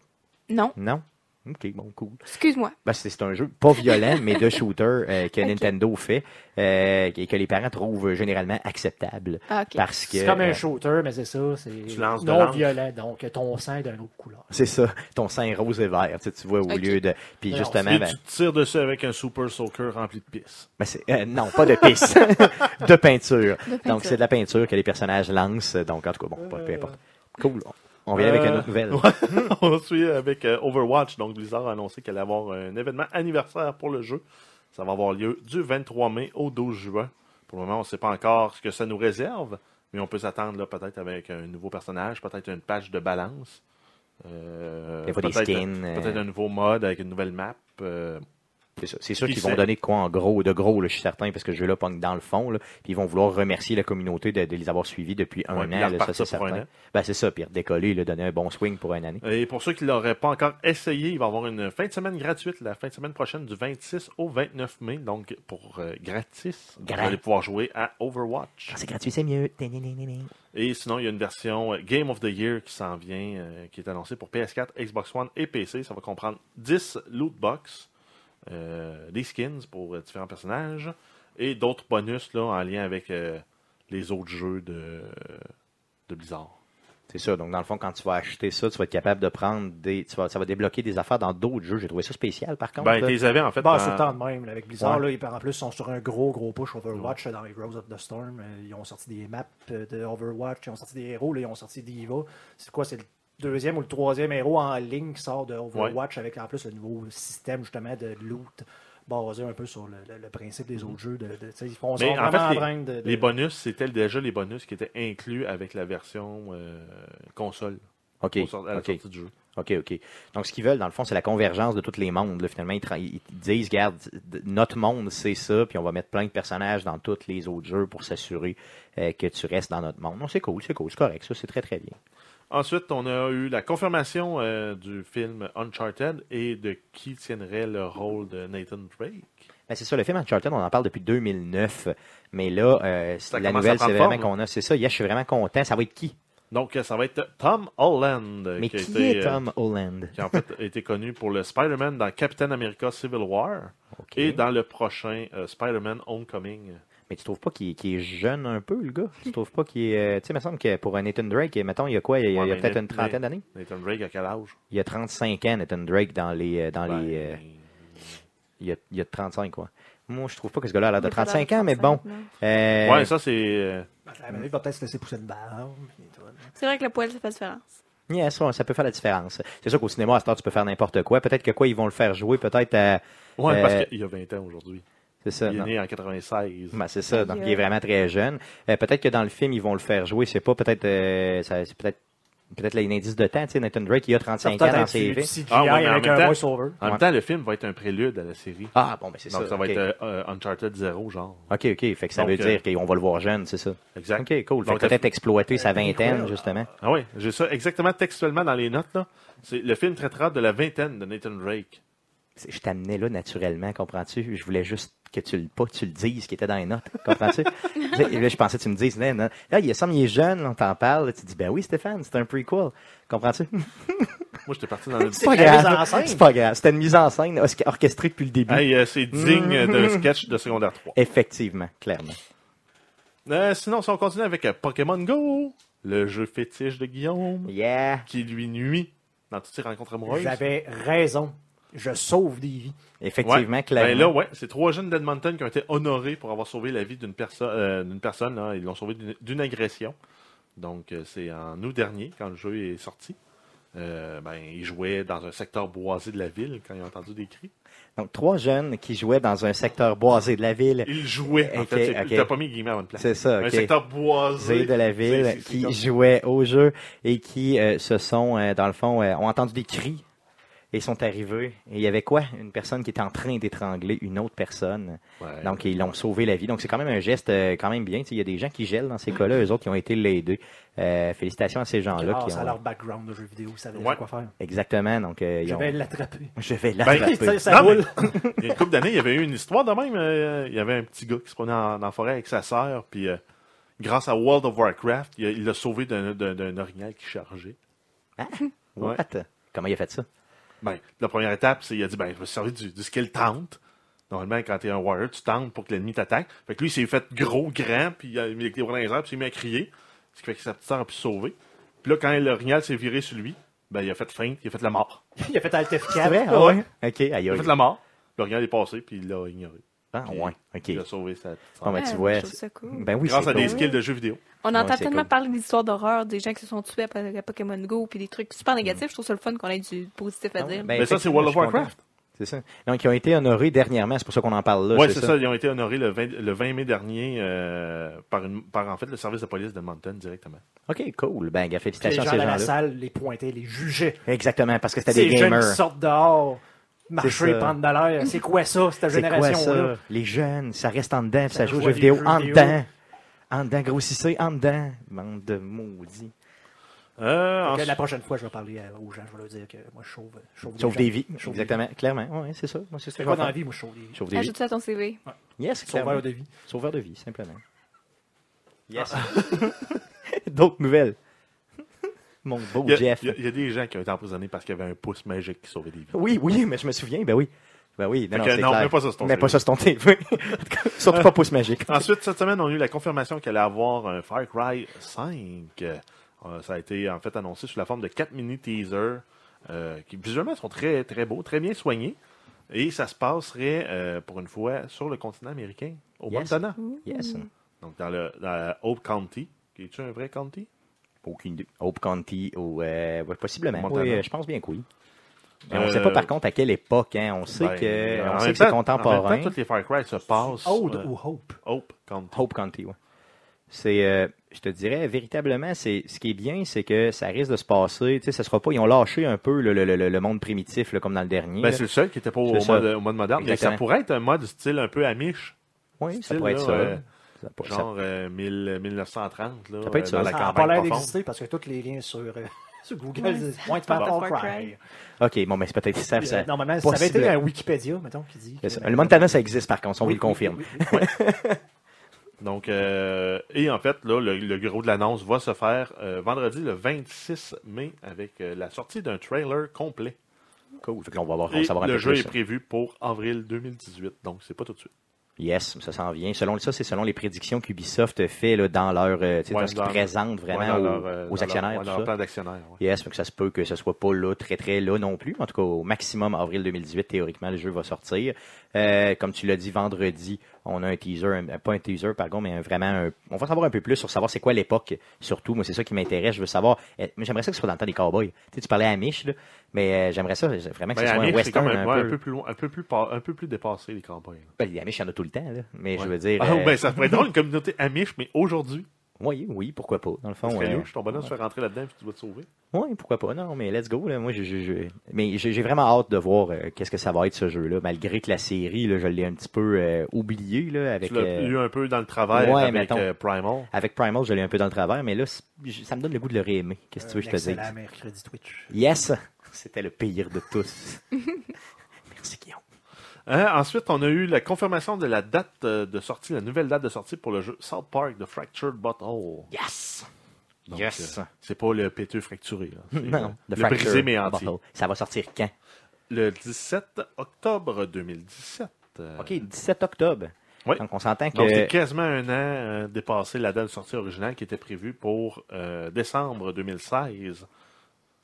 Non, Non Ok, bon, cool. excuse-moi. Ben, c'est c'est un jeu pas violent, mais (laughs) de shooter euh, que Ok. Nintendo fait euh, et que les parents trouvent généralement acceptable. Ah, ok. Parce que. C'est comme un euh, shooter, mais c'est ça, c'est Tu lances de Euh, non l'encre. violent, donc ton sang est d'une autre couleur. c'est ça, ton sein est rose et vert, tu, sais, tu vois, au Ok. lieu de... Puis Non, justement, Et ben, tu te tires dessus avec un Super Soaker rempli de pisse. ben, c'est- euh, non, pas de (laughs) pisse, de peinture. Donc, peinture. c'est de la peinture que les personnages lancent. Donc, en tout cas, bon, pas- peu importe. Cool. On vient avec une Euh, autre nouvelle. (laughs) (laughs) on suit avec euh, Overwatch. Donc, Blizzard a annoncé qu'elle allait avoir un événement anniversaire pour le jeu. Ça va avoir lieu du 23 mai au 12 juin. Pour le moment, on ne sait pas encore ce que ça nous réserve, mais on peut s'attendre là, peut-être avec un nouveau personnage, peut-être une patch de balance. Euh, Des fois, des peut-être- skins, euh. Peut-être un nouveau mode avec une nouvelle map. euh, C'est ça. C'est sûr Qui qu'ils sait? vont donner de quoi en gros, de gros, là, je suis certain, parce que je là pogne dans le fond. Là, puis ils vont vouloir remercier la communauté de, de les avoir suivis depuis un Ouais, an. puis la là, ça, c'est repartir pour un certain. an. Ben, c'est ça, puis redécoller, là, donner un bon swing pour une année. Et pour ceux qui ne l'auraient pas encore essayé, il va y avoir une fin de semaine gratuite la fin de semaine prochaine du 26 au 29 mai. Donc, pour euh, gratis, vous Gratis. allez pouvoir jouer à Overwatch. Quand Ah, c'est gratuit, c'est mieux. Tadadadadada. Et sinon, il y a une version euh, Game of the Year qui s'en vient, euh, qui est annoncée pour PS4, Xbox One et PC. Ça va comprendre 10 loot box, euh, des skins pour euh, différents personnages et d'autres bonus là, en lien avec euh, les autres jeux de, de Blizzard. C'est ça. Donc, dans le fond, quand tu vas acheter ça, tu vas être capable de prendre des. Tu vas, ça va débloquer des affaires dans d'autres jeux. J'ai trouvé ça spécial, par contre. Ben, tu les avais en fait. Bah, dans- c'est le temps de même. là, avec Blizzard, Ouais. là, ils, en plus, sont sur un gros, gros push Overwatch euh, dans Heroes of the Storm. Euh, Ils ont sorti des maps euh, de Overwatch, ils ont sorti des héros, là, ils ont sorti Diva. C'est quoi, c'est le deuxième ou le troisième héros en ligne qui sort de Overwatch avec en plus le nouveau système justement de loot basé un peu sur le, le- le principe des autres jeux. De, de- tu sais, ils font sont Mais en vraiment fait, les- en train de- de- Les bonus, c'était déjà les bonus qui étaient inclus avec la version euh, console OK. au sort- à la OK. sortie du jeu. OK, OK. Donc, ce qu'ils veulent, dans le fond, c'est la convergence de tous les mondes. là. Finalement, ils, tra- ils disent, regarde, d- notre monde, c'est ça, puis on va mettre plein de personnages dans tous les autres jeux pour s'assurer euh, que tu restes dans notre monde. Non, c'est cool, c'est cool, c'est correct. Ça, c'est très, très bien. Ensuite, on a eu la confirmation euh, du film Uncharted et de qui tiendrait le rôle de Nathan Drake. Ben, c'est ça, le film Uncharted, on en parle depuis 2009. Mais là, euh, Ça la commence à nouvelle, c'est prendre vraiment forme. qu'on a. C'est ça, hier, je suis vraiment content. Ça va être qui? Donc, euh, ça va être Tom Holland. euh, Mais a qui été, est euh, Tom Holland? qui en fait a été connu pour le Spider-Man dans Captain America Civil War OK. et dans le prochain euh, Spider-Man Homecoming. Mais tu trouves pas qu'il qu'il est jeune un peu, le gars? Tu trouves pas qu'il est. euh, Tu sais, il me semble que pour un Nathan Drake, mettons, il y a quoi? Il y a, Ouais, il y a mais peut-être Nathan- une trentaine d'années? Nathan Drake, à quel âge? Il y a 35 ans, Nathan Drake, dans les. euh, Dans les euh, Ben, il, y a, il y a 35, quoi. Moi, je trouve pas que ce gars-là a l'air de Il a pas l'air 35 ans, mais bon. 35, non. euh, Ouais, ça, c'est... euh, Bah, à la minute, il va peut-être se laisser pousser une barbe. et tout, là. C'est vrai que le poil, ça fait différence. yeah, ça, ça peut faire la différence. C'est sûr qu'au cinéma, à ce temps, tu peux faire n'importe quoi. Peut-être que quoi, ils vont le faire jouer, peut-être à. Ouais, parce Euh, qu'il y a 20 ans aujourd'hui. C'est ça. Il est non. né en 96. Ben, c'est ça, donc Aïe, il est aïe. vraiment très jeune. Euh, peut-être que dans le film, ils vont le faire jouer, c'est pas peut-être euh, ça- c'est peut-être peut-être là, un indice de temps, tu sais, Nathan Drake, il a 35 ans dans ses vies. CGI Ah, ouais, mais en avec même un temps- voice-over. En Ouais. même temps, le film va être un prélude à la série. Ah bon, ben c'est ça. Donc, ça va ok. être euh, euh, Uncharted 0, genre. OK, OK. Fait que ça Donc, veut euh, dire qu'on va le voir jeune, c'est ça. Exact. OK, cool. Fait Donc, que peut-être exploiter sa vingtaine, justement. Ah oui, j'ai ça exactement textuellement dans les notes. Là. C'est, le film traitera de la vingtaine de Nathan Drake. C'est- Je t'amenais là naturellement, comprends-tu? Je voulais juste que tu le pas, tu le dises, qui était dans les notes, (laughs) comprends-tu? Tu sais, là, je pensais que tu me dises, non, non. Là, il semble il est jeune, on t'en parle. Tu dis, ben oui, Stéphane, c'est un prequel. Comprends-tu? Moi, j'étais parti dans (laughs) le... C'est pas la mise en grave. scène. C'est pas grave. C'était une mise en scène osca- orchestrée depuis le début. Hey, euh, c'est digne d'un sketch de secondaire 3. Effectivement, clairement. Euh, sinon, si on continue avec euh, Pokémon Go, le jeu fétiche de Guillaume, Yeah. qui lui nuit dans toutes ses rencontres amoureuses. J'avais raison. Je sauve des vies. Effectivement, Ouais. clairement. Ben là, ouais, c'est trois jeunes d'Edmonton qui ont été honorés pour avoir sauvé la vie d'une perso- euh, d'une personne. là. Ils l'ont sauvé d'une- d'une agression. Donc, euh, c'est en août dernier, quand le jeu est sorti. Euh, ben, ils jouaient dans un secteur boisé de la ville quand ils ont entendu des cris. Donc, trois jeunes qui jouaient dans un secteur boisé de la ville. Ils jouaient, en Ok, fait. c'est- ok. T'as pas mis guillemets avant de place. C'est ça, Un ok. secteur boisé Zé de la ville C'est- c'est- c'est qui comme- jouaient au jeu et qui euh, se sont, euh, dans le fond, euh, ont entendu des cris et sont arrivés. Et il y avait quoi? Une personne qui était en train d'étrangler une autre personne. Ouais. Donc, ils l'ont sauvé la vie. Donc, c'est quand même un geste euh, quand même bien. Tu sais, Il y a des gens qui gèlent dans ces cas-là, eux autres qui ont été l'aidés. Euh, félicitations à ces gens-là. Grâce qui à ont... Ah, leur background de jeux vidéo, ils savaient Ouais. quoi faire. Exactement. Donc, euh, ils Je ont- vais l'attraper. (laughs) Je vais Ben, l'attraper. (laughs) Ça, ça Non, mais- roule. Il y a une couple d'années, il y avait eu une histoire de même. euh, il y avait un petit gars qui se prenait en, en forêt avec sa sœur, puis euh, grâce à World of Warcraft, il a- il l'a sauvé d'un- d'un d'un orignal qui chargeait. Hein? What? Comment il a fait ça? Ben, la première étape, c'est il a dit ben, je vais me servir du, du skill taunt. Normalement, quand t'es un warrior, tu tentes pour que l'ennemi t'attaque. Fait que lui, il s'est fait gros, grand, puis euh, il a mis les bras dans les airs, puis il s'est mis à crier. Ce qui fait que sa petite sœur a pu se sauver. Puis là, quand l'orignal s'est viré sur lui, ben, il a fait feinte, il a fait la mort. (laughs) Il a fait Alt F4. C'est vrai? Ah Ouais. ouais? OK. Aïe, Il a aïe. fait la mort. L'orignal est passé, puis il l'a ignoré. Ah, ouais. OK. Il a sauvé sa petite sœur. Bon, ben, Ah, tu vois. je trouve ça cool. Ben oui, Grâce c'est à des cool. skills de jeux vidéo. On Ouais, entend c'est tellement cool. parler d'histoires d'horreur, des gens qui se sont tués après à Pokémon Go, puis des trucs super négatifs. Je trouve ça le fun qu'on ait du positif à Mm. Ah ouais, dire. ben, Mais ça, c'est World of effectivement, je suis Warcraft. content. C'est ça. Donc, ils ont été honorés dernièrement. C'est pour ça qu'on en parle là. Oui, c'est ça. Ils ont été honorés le 20, le 20 mai dernier euh, par, une, par en fait le service de police de Mountain directement. OK, cool. Ben, gars, Les félicitations gens à dans ces la gens-là. salle les pointaient, les jugeaient. Exactement, parce que c'était Ces des jeunes qui gamers. sortent dehors, C'est marcher, ça. prendre de l'air. C'est quoi ça, cette C'est quoi génération-là? ça? Les jeunes, ça reste en dedans, puis ça Ça joue aux joue à jeux des vidéo Ah jeux en vidéo. dedans. En dedans, grossissez, en dedans. Bande de maudits. Euh, Fait que Ah, ensuite- La prochaine fois, je vais parler à- aux gens, je vais leur dire que moi, je sauve, je sauve, Sauf gens. des vies. Je sauve des Exactement, clairement. Oui, c'est ça. Moi, c'est ça C'est que je quoi vais dans la faire. vie, moi, je sauve des vies. Sauve des vies. Ajoute ça à ton CV. Yes, Sauveur clairement. de vie. Sauveur de vie, simplement. Yes. (laughs) D'autres nouvelles. Mon beau il y, a- Jeff. il y a- il y a des gens qui ont été emprisonnés parce qu'il y avait un pouce magique qui sauvait des vies. Oui, oui, mais je me souviens, ben oui. Ben oui, non, Fait non, que c'est non, clair. mets pas ça sur ton Ah, Mets CV. pas ça sur ton TV. (laughs) En tout cas, Surtout pas pouce magique. Ensuite, cette semaine, on a eu la confirmation qu'il allait avoir un Far Cry 5. Euh, ça a été en fait annoncé sous la forme de quatre mini teasers euh, qui visuellement sont très très beaux, très bien soignés. Et ça se passerait euh, pour une fois sur le continent américain, au Yes. Montana. Yes. Donc dans le dans Hope County, qui est-tu un vrai county? Aucune idée. Hope County, ou, euh, ouais, possiblement. Montana. Oui, euh, je pense bien que oui. Mais on Euh, ne sait pas par contre à quelle époque. Hein. On sait Ben, que, en on même sait que c'est temps- En contemporain. même temps, tous les Far Cry se passent. Ode euh, ou Hope. Hope County. Hope County, oui. C'est, euh, je te dirais, véritablement, c'est ce qui est bien, c'est que ça risque de se passer. Tu sais, ça sera pas. Ils ont lâché un peu le, le- le- le monde primitif, là, comme dans le dernier. Ben, là. c'est le seul qui était pas au C'est ça. mode, au mode moderne. Mais ça Exactement. pourrait être un mode style un peu amiche. oui, ça style, pourrait être là, ça. euh, ça, pourrait- ça- Genre euh, 1000 1930. Là, Ça peut être euh, ça. Dans la Ça n'a campagne pas l'air profonde. d'exister parce que tous les liens sur, euh, (laughs) sur Google Ouais, disent ça- Point de Far Cry. Far Cry. euh, OK, bon, mais c'est peut-être ça. Puis, Ah, ça- euh, Normalement, ça avait été possible. un Wikipédia, mettons, qui dit. c'est que- ça. Le Montana, ça existe par contre, on Oui, vous le confirme. oui, oui, oui. Donc, euh, et en fait, là, le, le gros de l'annonce va se faire euh, vendredi le 26 mai avec euh, la sortie d'un trailer complet. Cool. Fait que là, on va, voir, on Oh, va Et savoir un le peu jeu plus. est prévu pour avril 2018, donc c'est pas tout de suite. Yes, ça s'en vient. Selon ça, c'est selon les prédictions qu'Ubisoft fait là, dans leur, euh, tu sais, Ouais, dans ce qu'ils dans- présentent Ouais, vraiment dans aux, leur, euh, aux dans leur- actionnaires. ouais, tout dans leur ça. plan d'actionnaire. ouais. Yes, donc ça se peut que ce soit pas là, très très là non plus. En tout cas, au maximum avril 2018, théoriquement, le jeu va sortir. Euh, comme tu l'as dit, vendredi, on a un teaser, un- pas un teaser, pardon, mais un- vraiment, un- on va savoir un peu plus sur savoir c'est quoi l'époque, surtout. Moi, c'est ça qui m'intéresse. Je veux savoir, euh, mais j'aimerais ça que ce soit dans le temps des cowboys. Tu, sais, tu parlais à Mich, là, mais euh, j'aimerais ça, vraiment que Ben, ce soit Amish, un c'est comme western un, un, ouais, peu. un peu plus loin, un peu plus, par- un peu plus dépassé, les campagnes. Ben, Amish, il y en a tout le temps, là. mais je Ouais. veux dire. Ah, euh, ben, ça pourrait être drôle, une communauté Amish, mais aujourd'hui, Oui, oui, pourquoi pas, dans le fond. c'est euh, louche, ton bonhomme se fait rentrer là-dedans puis tu dois te sauver. Oui, pourquoi pas. Non, mais let's go. Là. Moi, je, je- je- mais j'ai j'ai vraiment hâte de voir euh, qu'est-ce que ça va être ce jeu-là, malgré que la série, là, je l'ai un petit peu euh, oublié là, avec. Tu l'as euh, eu un peu dans le travail ouais, avec mettons. euh, Primal. Avec Primal, je l'ai un peu dans le travers, mais là, c'est- je- ça me donne le goût de le réaimer. Qu'est-ce que tu veux que je te dise? Excellent mercredi Twitch. Yes! (laughs) C'était le pire de tous. (laughs) Merci, Guillaume. Hein, ensuite, on a eu la confirmation de la date euh, de sortie, la nouvelle date de sortie pour le jeu South Park The Fractured Butthole. Yes! Donc, yes! euh, c'est pas le péteux fracturé. là. C'est, euh, (laughs) non, le The Fracture brisé mais entier. Euh, Bottle. Ça va sortir quand? Le 17 octobre 2017. euh, OK, 17 octobre. Ouais. Donc, on s'entend que. Donc, c'était quasiment un an euh, dépassé la date de sortie originale qui était prévue pour euh, décembre 2016.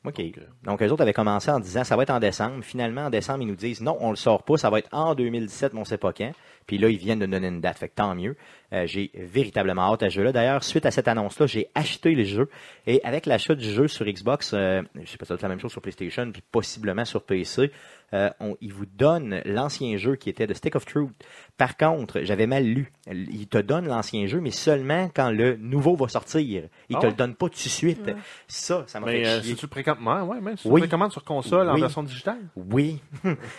OK. Donc, euh, Donc, eux autres avaient commencé en disant ça va être en décembre. Finalement, en décembre, ils nous disent non, on le sort pas, ça va être en 2017, mais on sait pas quand. Puis là, ils viennent de donner une date, fait que tant mieux. Euh, j'ai véritablement hâte à ce jeu-là. D'ailleurs, suite à cette annonce-là, j'ai acheté le jeu. Et avec l'achat du jeu sur Xbox, euh, je sais pas ça doit être la même chose sur PlayStation, puis possiblement sur PC, euh, on- ils vous donnent l'ancien jeu qui était de Stick of Truth. Par contre, j'avais mal lu. Ils te donnent l'ancien jeu, mais seulement quand le nouveau va sortir. Ils Ah te ouais? le donnent pas tout de suite. Ça, ça m'a fait mais euh, chier. si tu le précommandes, ouais, même si tu Oui. le précommandes sur console en Oui. version digitale. Oui,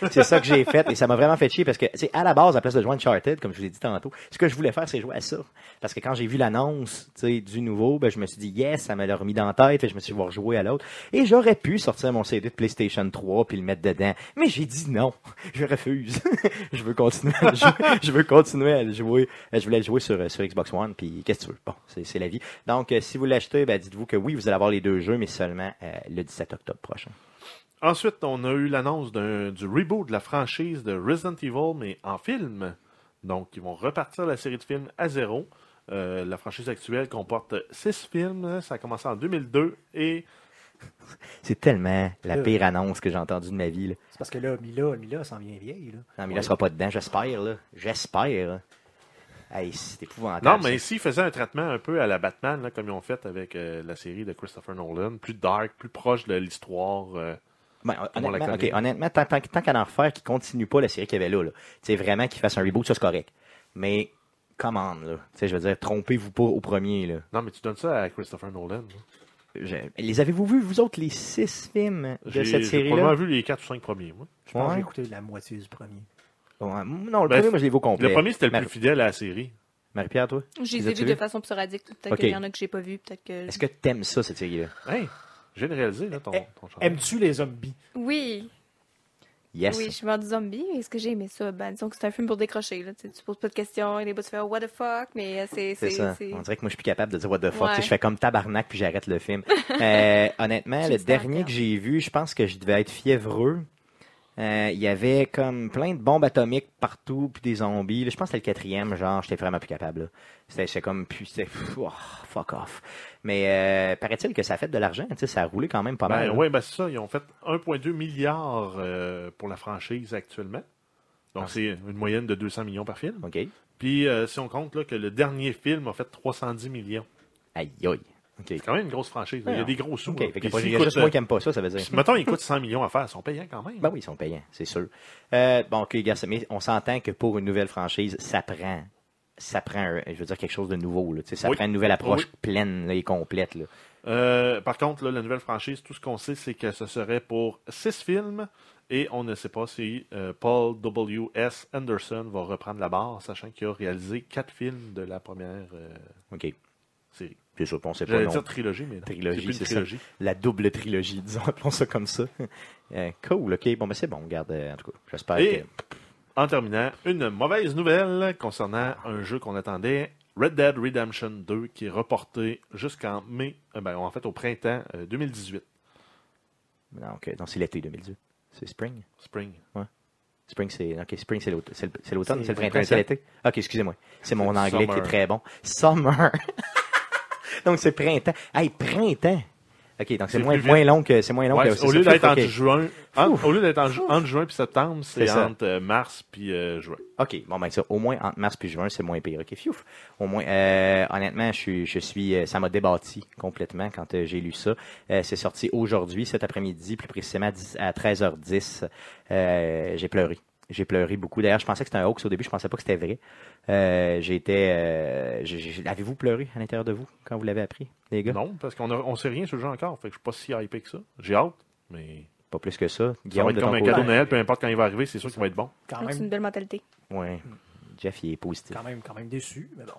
c'est ça que j'ai fait et ça m'a vraiment fait chier parce que, tu sais, à la base, à la place de jouer à Uncharted, comme je vous l'ai dit tantôt, ce que je voulais faire, c'est jouer à ça. Parce que quand j'ai vu l'annonce, tu sais, du nouveau, ben, je me suis dit, yes, ça me l'a remis dans la tête et je me suis dit, je vais rejouer à l'autre. Et j'aurais pu sortir mon CD de PlayStation 3 puis le mettre dedans. Mais j'ai dit non. (laughs) Je refuse. (laughs) je veux continuer à le jouer. (laughs) Je veux continuer à le jouer. Euh, Je voulais le jouer sur, euh, sur Xbox One puis qu'est-ce que tu veux? Bon, c'est c'est la vie. Donc, euh, si vous l'achetez, ben, dites-vous que oui, vous allez avoir les deux jeux, mais seulement euh, le 17 octobre prochain. Ensuite, on a eu l'annonce d'un- du reboot de la franchise de Resident Evil, mais en film. Donc, ils vont repartir la série de films à zéro. Euh, la franchise actuelle comporte six films. Ça a commencé en 2002 et C'est tellement la Euh. pire annonce que j'ai entendue de ma vie. Là. C'est parce que là, Mila, Mila, elle s'en vient vieille. Là. Non, mais là, sera pas dedans, j'espère. là. J'espère. Hey, c'est épouvantable. Non, ça. mais s'ils faisaient un traitement un peu à la Batman, là, comme ils ont fait avec euh, la série de Christopher Nolan, plus dark, plus proche de l'histoire. euh, Ben, on la honnêtement, connaît. ok, honnêtement, tant, tant- tant qu'à en refaire, qu'il continue pas la série qu'il y avait là. là. Tu sais, vraiment qu'il fasse un reboot, ça c'est correct. Mais, come on, là. Tu sais, je veux dire, trompez-vous pas au premier. Là. Non, mais tu donnes ça à Christopher Nolan. là. Je- Les avez-vous vus, vous autres, les six films de J'ai cette j'ai probablement série-là? vu les 4 ou 5 premiers. moi. Je pense que Ouais. j'ai écouté la moitié du premier. Ouais, Non, le Ben, premier, moi, je l'ai vu au complet. Le premier, c'était le Marie- plus fidèle à la série. Marie-Pierre, toi? Je Les les ai as-tu vus vus? de façon sporadique. Peut-être Ok. qu'il y en a que j'ai pas vu. Peut-être que. Est-ce que t'aimes ça, cette série-là? Hey, j'ai réalisé là, ton, Eh, ton chandail. Aimes-tu les zombies? Oui. Yes. Oui, je suis vendu zombie. Est-ce que j'ai aimé ça? Ben, disons que c'est un film pour décrocher. Là. Tu, sais, tu poses pas de questions. Et les bouts, tu fais oh, What the fuck? Mais euh, c'est. C'est ça. c'est- On dirait que moi, je suis plus capable de dire what the fuck. Ouais. Tu sais, Je fais comme tabarnak puis j'arrête le (laughs) film. Euh, honnêtement, J'ai le du dernier temps. que j'ai vu, je pense que je devais être fiévreux. Euh, Il y avait comme plein de bombes atomiques partout puis des zombies. Là, je pense que c'était le quatrième, genre, j'étais vraiment plus capable. là. C'était j'étais comme plus. c'était- pff, oh, fuck off. Mais euh, paraît-il que ça a fait de l'argent. tu sais, Ça a roulé quand même pas mal. hein. Ben, là. ouais, ben c'est ça. Ils ont fait 1,2 milliard euh, pour la franchise actuellement. Donc, Ah. c'est une moyenne de 200 millions par film. OK. Puis, euh, si on compte là, que le dernier film a fait 310 millions, Aïe, aïe. OK. c'est quand même une grosse franchise. là. Il y a Ouais. des gros sous. OK. là. Fait que Puis pas- il s'ils y a juste coûtent, moi qui aime pas ça, ça veut dire. euh, Mettons, ils coûtent 100 millions à faire. Ils sont payants quand même. Ben oui, ils sont payants, c'est sûr. Euh, bon, OK, gars, mais on s'entend que pour une nouvelle franchise, ça prend. Ça prend, euh, je veux dire, quelque chose de nouveau. Là, tu sais, ça Oui. prend une nouvelle approche Oui. pleine là, et complète. Là. Euh, par contre, là, la nouvelle franchise, tout ce qu'on sait, c'est que ce serait pour 6 films. Et on ne sait pas si euh, Paul W.S. Anderson va reprendre la barre, sachant qu'il a réalisé 4 films de la première euh, OK, série. c'est sûr, on sait pas J'allais non. dire trilogie, mais non. Trilogie, c'est plus une c'est ça. trilogie. La double trilogie, (laughs) disons, appelons ça comme ça. Euh, cool, OK, bon, ben c'est bon, regarde, euh, en tout cas, j'espère Et- que... En terminant, une mauvaise nouvelle concernant un jeu qu'on attendait, Red Dead Redemption 2, qui est reporté jusqu'en mai, euh, ben, en fait au printemps euh, 2018, Non, OK, non, c'est l'été 2018. C'est spring. spring. Spring, c'est ok, spring, c'est l'aut- c'est le- c'est l'automne, C'est- c'est le printemps, c'est l'été. Ok, excusez-moi. C'est mon anglais qui est (laughs) Summer. très bon. Summer. Donc, c'est printemps. Hey, printemps. OK, donc c'est C'est moins, plus moins vite. long que c'est moins long Ouais, que c'est au, lieu ça, d'être OK. entre juin, en- Ouf. au lieu d'être en ju- entre juin puis septembre, C'est c'est ça. entre euh, mars puis euh, juin. OK, bon, ben ça, au moins entre mars puis juin, c'est moins pire. OK, fiouf. Au moins, euh, honnêtement, je, suis- je suis, euh, ça m'a débattu complètement quand euh, j'ai lu ça. Euh, c'est sorti aujourd'hui, cet après-midi, plus précisément à, 10 à 13h10. Euh, j'ai pleuré. J'ai pleuré beaucoup. D'ailleurs, je pensais que c'était un hoax au début, je pensais pas que c'était vrai. Euh, j'ai été. euh, j'ai- j'ai- Avez-vous pleuré à l'intérieur de vous quand vous l'avez appris, les gars? Non, parce qu'on a- on sait rien sur le jeu encore, fait que je suis pas si hypé que ça. J'ai hâte, mais Pas plus que ça. ça Guillaume, va être de ton comme un côté? cadeau de Noël, peu importe quand il va arriver, c'est sûr qu'il va être bon. Quand C'est une même, belle mentalité. Ouais. Jeff, il est positif. quand même, quand même déçu, mais bon,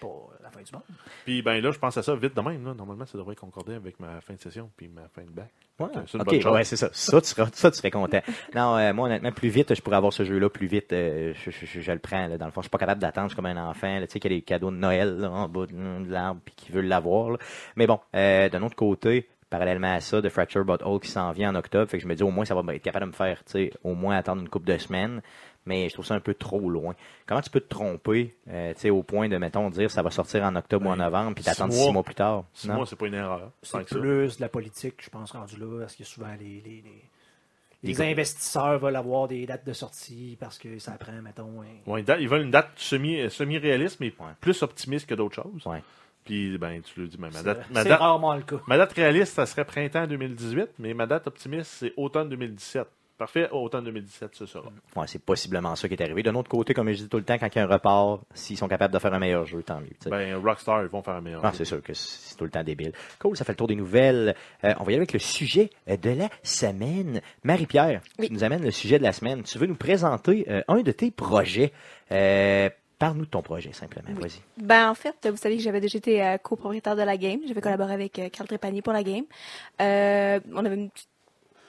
pas la fin du monde. Puis ben là, je pense à ça vite de même. Là. Normalement, ça devrait concorder avec ma fin de session puis ma fin de bac. Ouais, Donc, c'est une bonne ok, chose. ouais, c'est ça. Ça tu, seras, ça, tu serais content. non, euh, moi, honnêtement, plus vite, je pourrais avoir ce jeu-là, plus vite, euh, je, je- je- je le prends. là. Dans le fond, je suis pas capable d'attendre. Je suis comme un enfant, là, tu sais, qui a des cadeaux de Noël là, en bas de, de l'arbre puis qui veut l'avoir. là. Mais bon, euh, d'un autre côté, parallèlement à ça, The Fracture But All qui s'en vient en octobre, fait que je me dis au moins, ça va être capable de me faire, tu sais, au moins attendre une couple de semaines. Mais je trouve ça un peu trop loin. Comment tu peux te tromper, euh, tu sais, au point de, mettons, dire ça va sortir en octobre ou en Ben, novembre, puis six d'attendre mois. six mois plus tard? Six Non? mois, c'est pas une erreur. tant C'est que ça. plus de la politique, je pense, rendu là, parce que souvent les, les, les, les gros. investisseurs veulent avoir des dates de sortie parce que ça prend, mettons. un- Ouais, une date- ils veulent une date semi, euh, semi-réaliste, mais Ouais. plus optimiste que d'autres choses. Ouais. Puis ben, tu le dis, ben, ma, C'est date, ma, c'est date, rarement le cas. ma date réaliste, ça serait printemps 2018, mais ma date optimiste, c'est automne 2017. Parfait, automne 2017, ce sera. Ouais, c'est possiblement ça qui est arrivé. D'un autre côté, comme je dis tout le temps, quand il y a un report, s'ils sont capables de faire un meilleur jeu, tant mieux. tu sais. Ben, Rockstar, ils vont faire un meilleur. Ah, c'est sûr que c'est tout le temps débile. Cool, ça fait le tour des nouvelles. Euh, on va y aller avec le sujet euh, de la semaine. Marie-Pierre, Oui. tu nous amènes le sujet de la semaine. Tu veux nous présenter euh, un de tes projets. Euh, Parle-nous de ton projet, simplement. Vas-y. Ben, en fait, vous savez que j'avais déjà été euh, copropriétaire de la game. J'avais collaboré avec euh, Carl Trépanier pour la game. Euh, on avait une, petite-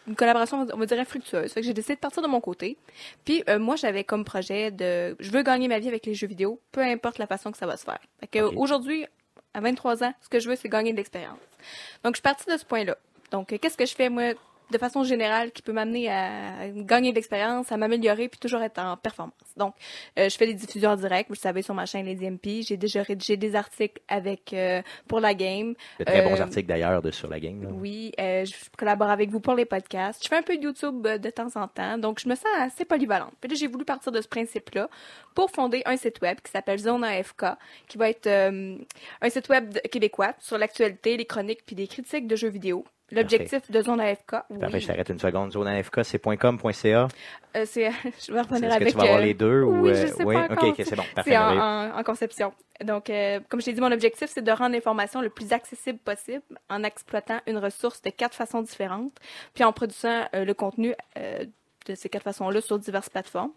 une collaboration, on va dire, fructueuse. Fait que j'ai décidé de partir de mon côté. Puis, euh, moi, j'avais comme projet de... Je veux gagner ma vie avec les jeux vidéo, peu importe la façon que ça va se faire. Fait que, Ok. aujourd'hui, à 23 ans, ce que je veux, c'est gagner de l'expérience. Donc, je suis partie de ce point-là. Donc, euh, qu'est-ce que je fais, moi, de façon générale, qui peut m'amener à gagner de l'expérience, à m'améliorer, puis toujours être en performance. Donc, euh, je fais des diffusions en direct, vous le savez, sur ma chaîne Lady MP. J'ai déjà rédigé des articles avec euh, pour la game. De très bons Euh, articles, d'ailleurs, de sur la game. là. Oui, euh, je collabore avec vous pour les podcasts. Je fais un peu de YouTube euh, de temps en temps, donc je me sens assez polyvalente. Puis là, j'ai voulu partir de ce principe-là pour fonder un site web qui s'appelle Zone AFK, qui va être euh, un site web de- québécois sur l'actualité, les chroniques puis des critiques de jeux vidéo. L'objectif de Zone AFK, oui, Parfait, je t'arrête une seconde. Zone AFK, c'est .com, .ca. euh, c'est, (laughs) je Est-ce vais revenir que avec. tu vas avoir euh, les deux? ou, oui, euh, je sais pas oui? encore. OK, ok, c'est bon. C'est Parfait. en, merveilleux. en- en conception. Donc, euh, comme je t'ai dit, mon objectif, c'est de rendre l'information le plus accessible possible en exploitant une ressource de quatre façons différentes, puis en produisant euh, le contenu euh, de ces quatre façons-là sur diverses plateformes.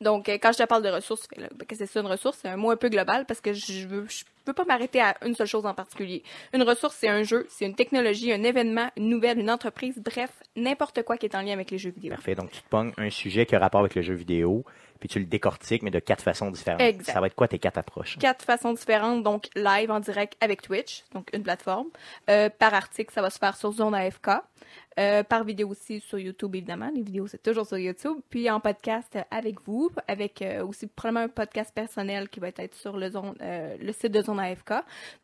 Donc, euh, quand je te parle de ressources, fait, là, ben, qu'est-ce que c'est une ressource? C'est un mot un peu global parce que je veux, je peux pas m'arrêter à une seule chose en particulier. Une ressource, c'est un jeu, c'est une technologie, un événement, une nouvelle, une entreprise, bref, n'importe quoi qui est en lien avec les jeux vidéo. Parfait. Donc, tu te pognes un sujet qui a rapport avec le jeu vidéo, puis tu le décortiques, mais de quatre façons différentes. Exact. Ça va être quoi tes quatre approches? quatre façons différentes, donc live en direct avec Twitch, donc une plateforme. Euh, par article, ça va se faire sur Zone AFK. Euh, par vidéo aussi sur YouTube, évidemment. Les vidéos, c'est toujours sur YouTube. Puis en podcast euh, avec vous, avec euh, aussi probablement un podcast personnel qui va être sur le, zone, euh, le site de Zone AFK.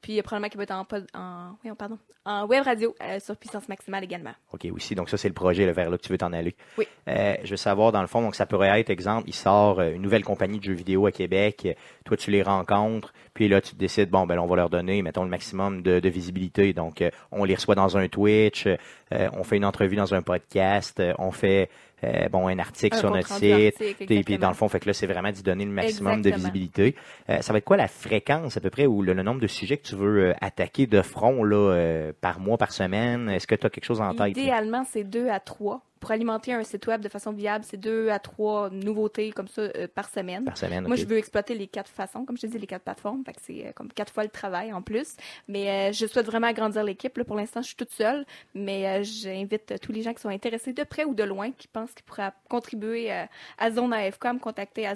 Puis euh, probablement qui va être en, pod- en, voyons, pardon, en web radio euh, sur Puissance Maximale également. OK, aussi. Donc, ça, c'est le projet, le vers là que tu veux t'en aller. Oui. Euh, je veux savoir, dans le fond, donc ça pourrait être, exemple, il sort euh, une nouvelle compagnie de jeux vidéo à Québec. Euh, Toi, tu les rencontres, puis là, tu décides, bon, ben, là, on va leur donner, mettons, le maximum de, de visibilité. Donc, euh, on les reçoit dans un Twitch, euh, on fait une entrevue dans un podcast, euh, on fait, euh, bon, un article sur notre compte-rendu site. article, Et puis, dans le exactement. fond, fait que là, c'est vraiment d'y donner le maximum de Exactement. visibilité. Euh, ça va être quoi la fréquence à peu près ou le, le nombre de sujets que tu veux euh, attaquer de front là, euh, par mois, par semaine? Est-ce que tu as quelque chose en tête? là? Idéalement, c'est deux à trois. Pour alimenter un site web de façon viable, c'est deux à trois nouveautés comme ça euh, par semaine. Par semaine, Moi, ok. je veux exploiter les quatre façons, comme je te dis, les quatre plateformes. Fait que c'est euh, comme quatre fois le travail en plus. Mais euh, je souhaite vraiment agrandir l'équipe. Là, Pour l'instant, je suis toute seule, mais euh, j'invite euh, tous les gens qui sont intéressés de près ou de loin, qui pensent qu'ils pourraient contribuer euh, à Zone AFK, à me contacter à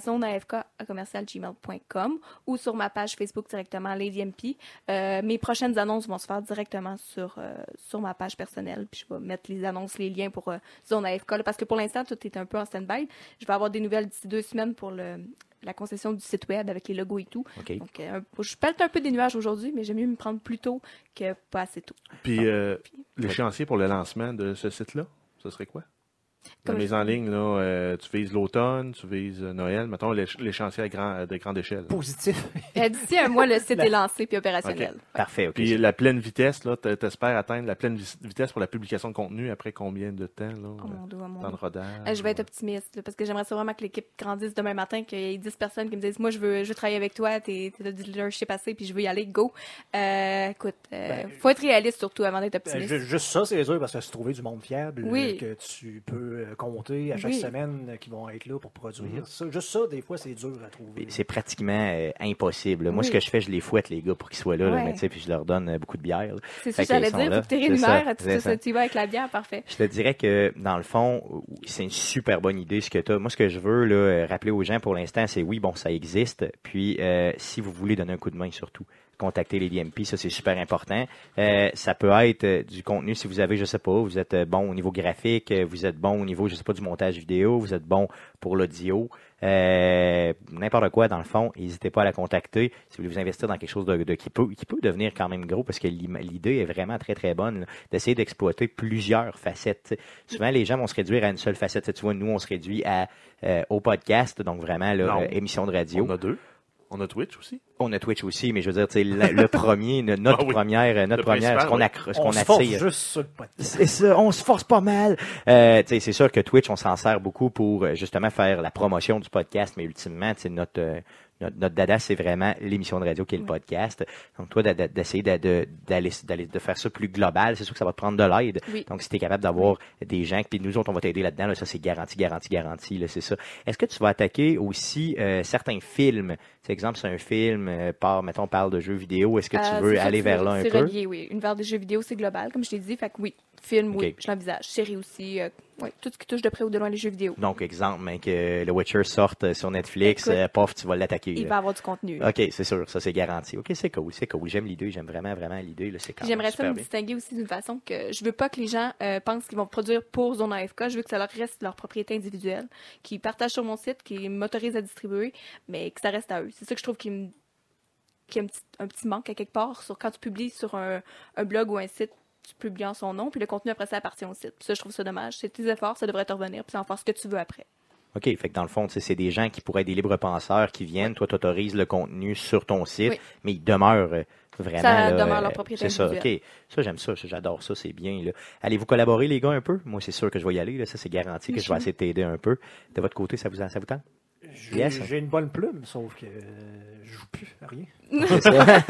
zoneafk.commercialgmail.com ou sur ma page Facebook directement, Lady MP. Euh, mes prochaines annonces vont se faire directement sur, euh, sur ma page personnelle. Puis je vais mettre les annonces, les liens pour euh, Zone AFK. là, parce que pour l'instant, tout est un peu en stand-by. Je vais avoir des nouvelles d'ici deux semaines pour le, la concession du site web avec les logos et tout. OK. Donc, euh, je palte un peu des nuages aujourd'hui, mais j'aime mieux me prendre plus tôt que pas assez tôt. Puis euh, Ah. l'échéancier pour le lancement de ce site-là, ce serait quoi? La Comme mise en ligne, là, euh, tu vises l'automne, tu vises euh, Noël, mettons l'éch- l'échéancier à grand, de grande échelle. Positif. Euh, D'ici un mois, le (laughs) site est lancé puis opérationnel. Parfait, OK. Puis la pleine vitesse, là, t- t'espères atteindre la pleine vi- vitesse pour la publication de contenu après combien de temps, là? Oh mon dieu, oh mon Temps de dieu. rodage. Euh, Je vais être optimiste là, parce que j'aimerais ça vraiment que l'équipe grandisse demain matin, qu'il y ait 10 personnes qui me disent Moi, je veux, je veux travailler avec toi, t'es t'es le leadership assez, puis je veux y aller, go. Euh, écoute, euh, Ben, faut être réaliste surtout avant ben, d'être Euh, optimiste. ju- Juste ça, c'est sûr, parce que se trouver du monde fiable Oui. euh, que tu peux euh, compter à chaque Oui. semaine euh, qui vont être là pour produire. Ça, juste ça, des fois, c'est dur à trouver. Mhm. C'est pratiquement euh, impossible. Moi, Oui. ce que je fais, je les fouette, les gars, pour qu'ils soient là. là, Ouais. mais, tu sais, puis je leur donne euh, beaucoup de bière. là. C'est Fait ça que j'allais qu'ils sont dire. là. Faut que t'aies C'est ça, une c'est tu, ça. tu y vas avec la bière, parfait. Je te dirais que, dans le fond, c'est une super bonne idée ce que tu as. Moi, ce que je veux là, euh, rappeler aux gens pour l'instant, c'est oui, bon, ça existe. Puis, euh, si vous voulez donner un coup de main, surtout, contacter les DMP, ça, c'est super important. Euh, ça peut être euh, du contenu, si vous avez, je sais pas, vous êtes euh, bon au niveau graphique, euh, vous êtes bon au niveau, je sais pas, du montage vidéo, vous êtes bon pour l'audio. Euh, n'importe quoi dans le fond, n'hésitez pas à la contacter si vous voulez vous investir dans quelque chose de, de- qui, peut, qui peut devenir quand même gros parce que l'im- l'idée est vraiment très très bonne là, d'essayer d'exploiter plusieurs facettes. tu sais. Souvent les gens vont se réduire à une seule facette. Tu sais, Tu vois, nous on se réduit à euh, au podcast, donc vraiment là, Non. euh, émission de radio. On a deux. On a Twitch aussi. On a Twitch aussi, mais je veux dire, tu sais, le, (laughs) le premier, no- notre Ah oui. première, euh, notre Le première, ce qu'on principal, accro- ce On qu'on se force attire. juste sur le podcast. C'est ça, on se force pas mal. Euh, tu sais, c'est sûr que Twitch, on s'en sert beaucoup pour euh, justement faire la promotion du podcast, mais ultimement, tu sais, notre, euh, notre, notre dada, c'est vraiment l'émission de radio qui est le Oui. podcast. Donc, toi, d'a- d'a- d'essayer d'a- de- d'aller d'aller- de faire ça plus global, c'est sûr que ça va te prendre de l'aide. Oui. Donc, si tu es capable d'avoir des gens, puis nous autres, on va t'aider là-dedans, là, ça, c'est garanti, garanti, garanti, là, c'est ça. Est-ce que tu vas attaquer aussi euh, certains films? C'est exemple, c'est un film, euh, par, mettons, on parle de jeux vidéo, est-ce que tu Euh, veux c'est ça, aller c'est- vers là un c'est peu? relié, oui. Univers des jeux vidéo, c'est global, comme je t'ai dit. Fait que oui, film, Ok. oui, je l'envisage. Série aussi, euh, oui, tout ce qui touche de près ou de loin les jeux vidéo. Donc, exemple, mais que The Witcher sorte euh, sur Netflix, Écoute, euh, pof, tu vas l'attaquer. Il là. va avoir du contenu. OK, c'est sûr, ça c'est garanti. OK, c'est cool, c'est cool. J'aime l'idée, j'aime vraiment, vraiment l'idée. là, c'est quand Puis J'aimerais même ça me super bien. distinguer aussi d'une façon que je veux pas que les gens euh, pensent qu'ils vont produire pour Zone AFK. Je veux que ça leur reste leur propriété individuelle, qu'ils partagent sur mon site, qu'ils m'autorisent à distribuer, mais que ça reste à eux. C'est ça que je trouve qu'il me- qu'il y a un petit, un petit manque à quelque part sur quand tu publies sur un, un blog ou un site, tu publies en son nom, puis le contenu après ça appartient au site. Puis ça, je trouve ça dommage. C'est tes efforts, ça devrait te revenir, puis c'est en faire ce que tu veux après. OK, fait que dans le fond, tu sais, c'est des gens qui pourraient être des libres penseurs qui viennent, toi, t'autorises le contenu sur ton site, Oui. mais ils demeurent euh, vraiment. Ça là, demeure euh, leur propriété C'est ça, OK. individuelle. Ça, j'aime ça, ça, j'adore ça, c'est bien. là. Allez-vous collaborer, les gars, un peu? Moi, c'est sûr que je vais y aller, là, ça c'est garanti que je (laughs) vais essayer de t'aider un peu. De votre côté, ça vous, ça vous tente? J'ai Yes. j'ai une bonne plume, sauf que euh, je joue plus à rien. C'est ça.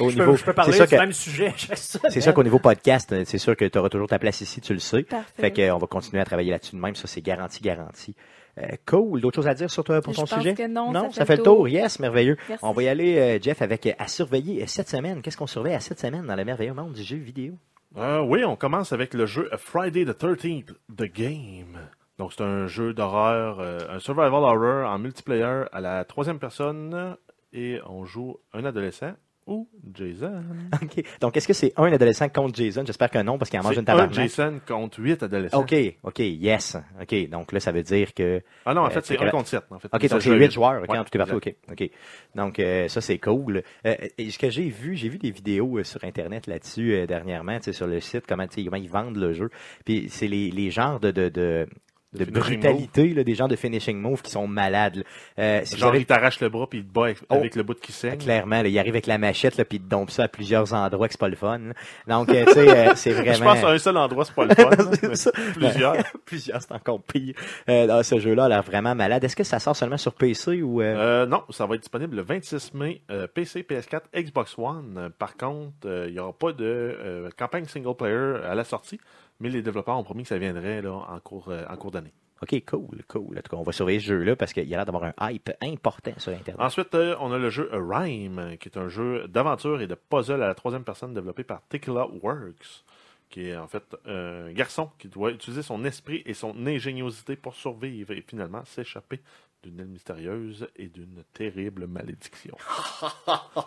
Au je, niveau- peux, je peux c'est parler sûr du que- même sujet. (laughs) chaque C'est semaine. sûr qu'au niveau podcast, euh, c'est sûr que tu auras toujours ta place ici, tu le sais. Parfait. Fait que, euh, on va continuer à travailler là-dessus de même, ça c'est garanti, garanti. Euh, cool. D'autres choses à dire sur toi pour Je ton pense sujet? que non, ça fait fait le le tour. tour. Yes, merveilleux. Merci. On va y aller, euh, Jeff, avec euh, à surveiller euh, cette semaine. Qu'est-ce qu'on surveille à cette semaine dans le merveilleux monde du jeu vidéo? (laughs) Euh, oui, on commence avec le jeu Friday the 13th, The Game. Donc, c'est un jeu d'horreur, euh, un survival horror en multiplayer à la troisième personne. Et on joue un adolescent ou Jason. OK. Donc, est-ce que c'est un adolescent contre Jason? J'espère que non, parce qu'il en mange C'est une un tabarnak. Jason contre huit adolescents. OK, OK, yes. OK, donc là, ça veut dire que... Ah non, en Euh, fait, c'est c'est un que- contre sept. En fait. OK, Ça donc c'est joue à 8 huit. joueurs, OK, Ouais, en tout et partout, OK. ok. Donc, euh, ça, c'est cool. Euh, et ce que j'ai vu, j'ai vu des vidéos euh, sur Internet là-dessus euh, dernièrement, tu sais, sur le site, comment, tu sais, comment ils vendent le jeu. Puis c'est les, les genres de... de, de de De finishing brutalité, là, des genres de finishing move qui sont malades. là. Euh, si vous Genre, avez- il t'arrache le bras puis il te bat avec, Oh. avec le bout qui saigne. clairement, là, il arrive avec la machette, là, puis il te dompe ça à plusieurs endroits, que c'est pas le fun. là. Donc, euh, tu sais, euh, (laughs) c'est vraiment... Je pense à un seul endroit, c'est (laughs) pas le fun. là, C'est mais ça. Plusieurs. Plusieurs, c'est encore pire. Euh, non, ce jeu-là a l'air vraiment malade. Est-ce que ça sort seulement sur PC ou... euh, Euh, non, ça va être disponible le 26 mai, euh, PC, PS4, Xbox One. Euh, par contre, euh, il n'y aura pas de euh, campagne single player à la sortie, mais les développeurs ont promis que ça viendrait là, en cours, euh, en cours d'année. OK, cool, cool. En tout cas, on va surveiller ce jeu-là parce qu'il a l'air d'avoir un hype important sur Internet. Ensuite, euh, on a le jeu Rhyme, euh, qui est un jeu d'aventure et de puzzle à la troisième personne développé par Tequila Works, qui est en fait euh, un garçon qui doit utiliser son esprit et son ingéniosité pour survivre et finalement s'échapper d'une aile mystérieuse et d'une terrible malédiction.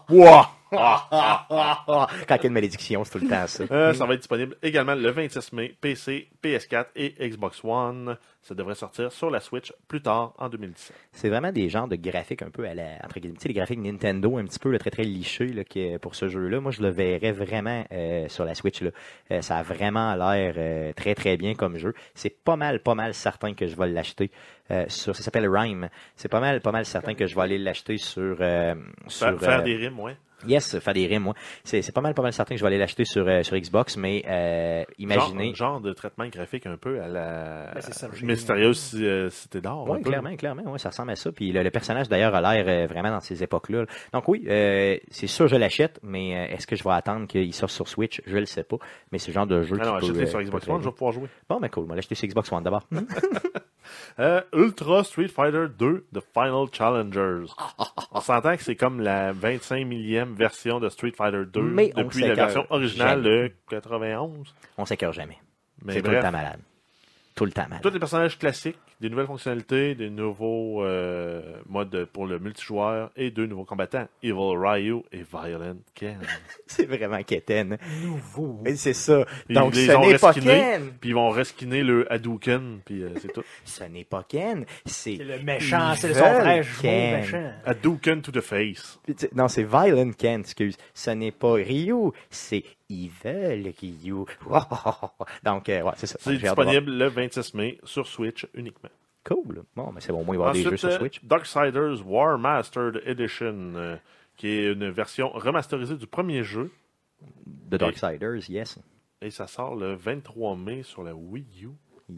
Wouah! Quand il y a une malédiction, c'est tout le temps Ah. ça. Euh, ça va être disponible également le 26 mai, PC, PS4 et Xbox One. Ça devrait sortir sur la Switch plus tard en 2017. C'est vraiment des genres de graphiques un peu à la. Entre guillemets, tu sais, les graphiques Nintendo, un petit peu le très très liché là, que- pour ce jeu-là. Moi, je le verrais vraiment euh, sur la Switch. Là. Euh, ça a vraiment l'air euh, très très bien comme jeu. C'est pas mal, pas mal certain que je vais l'acheter. euh, sur, ça s'appelle Rhyme. C'est pas mal, pas mal certain que je vais aller l'acheter sur. euh, sur Faire, faire euh, des rimes, ouais. Yes, faire des rimes, moi. C'est c'est pas mal, pas mal certain que je vais aller l'acheter sur, euh, sur Xbox, mais euh, imaginez. Genre, genre de traitement graphique un peu à la Ben, c'est ça, j'ai- mystérieuse ci- euh, cité d'or. Oui, un peu. clairement, clairement, ouais, ça ressemble à ça. Puis le, le personnage d'ailleurs a l'air euh, vraiment dans ces époques-là. Donc oui, euh, c'est sûr je l'achète, mais euh, est-ce que je vais attendre qu'il sorte sur Switch Je le sais pas. Mais c'est le genre de jeu Ah qui non, peut, achète-les sur euh, Xbox peut One, je très- vais pouvoir jouer. Bon, mais cool, on va l'acheter sur Xbox One d'abord. Euh, Ultra Street Fighter 2 The Final (laughs) Challengers. On s'entend que c'est comme la 25 millième version de Street Fighter 2 Mais on depuis la s'écarte version originale jamais. de 91. on s'écœure jamais. Mais C'est tout le temps Ben, bref, malade. Tout le temps malade. tous les personnages classiques, des nouvelles fonctionnalités, des nouveaux euh, modes pour le multijoueur et deux nouveaux combattants, Evil Ryu et Violent Ken. (laughs) C'est vraiment quétaine. Nouveau. Et C'est ça. Ils Donc les ce ont n'est pas reskinés. Ken. Puis ils vont reskiner le Hadouken, puis euh, c'est tout. (laughs) Ce n'est pas Ken. C'est C'est le méchant, Ils c'est son vrai veulent jumeau Ken. méchant. Hadouken to the face. Puis, tu sais, Non, c'est Violent Ken, excuse. Ce n'est pas Ryu, c'est Evil Ryu. (laughs) Donc, euh, ouais, c'est ça. C'est J'ai hâte de voir. disponible le 26 mai sur Switch uniquement. Cool. Bon, mais c'est bon, au moins, il va y avoir des jeux Ensuite, sur euh, Switch. Darksiders War Mastered Edition, euh, qui est une version remasterisée du premier jeu. The euh, Darksiders, yes. Et ça sort le 23 mai sur la Wii U.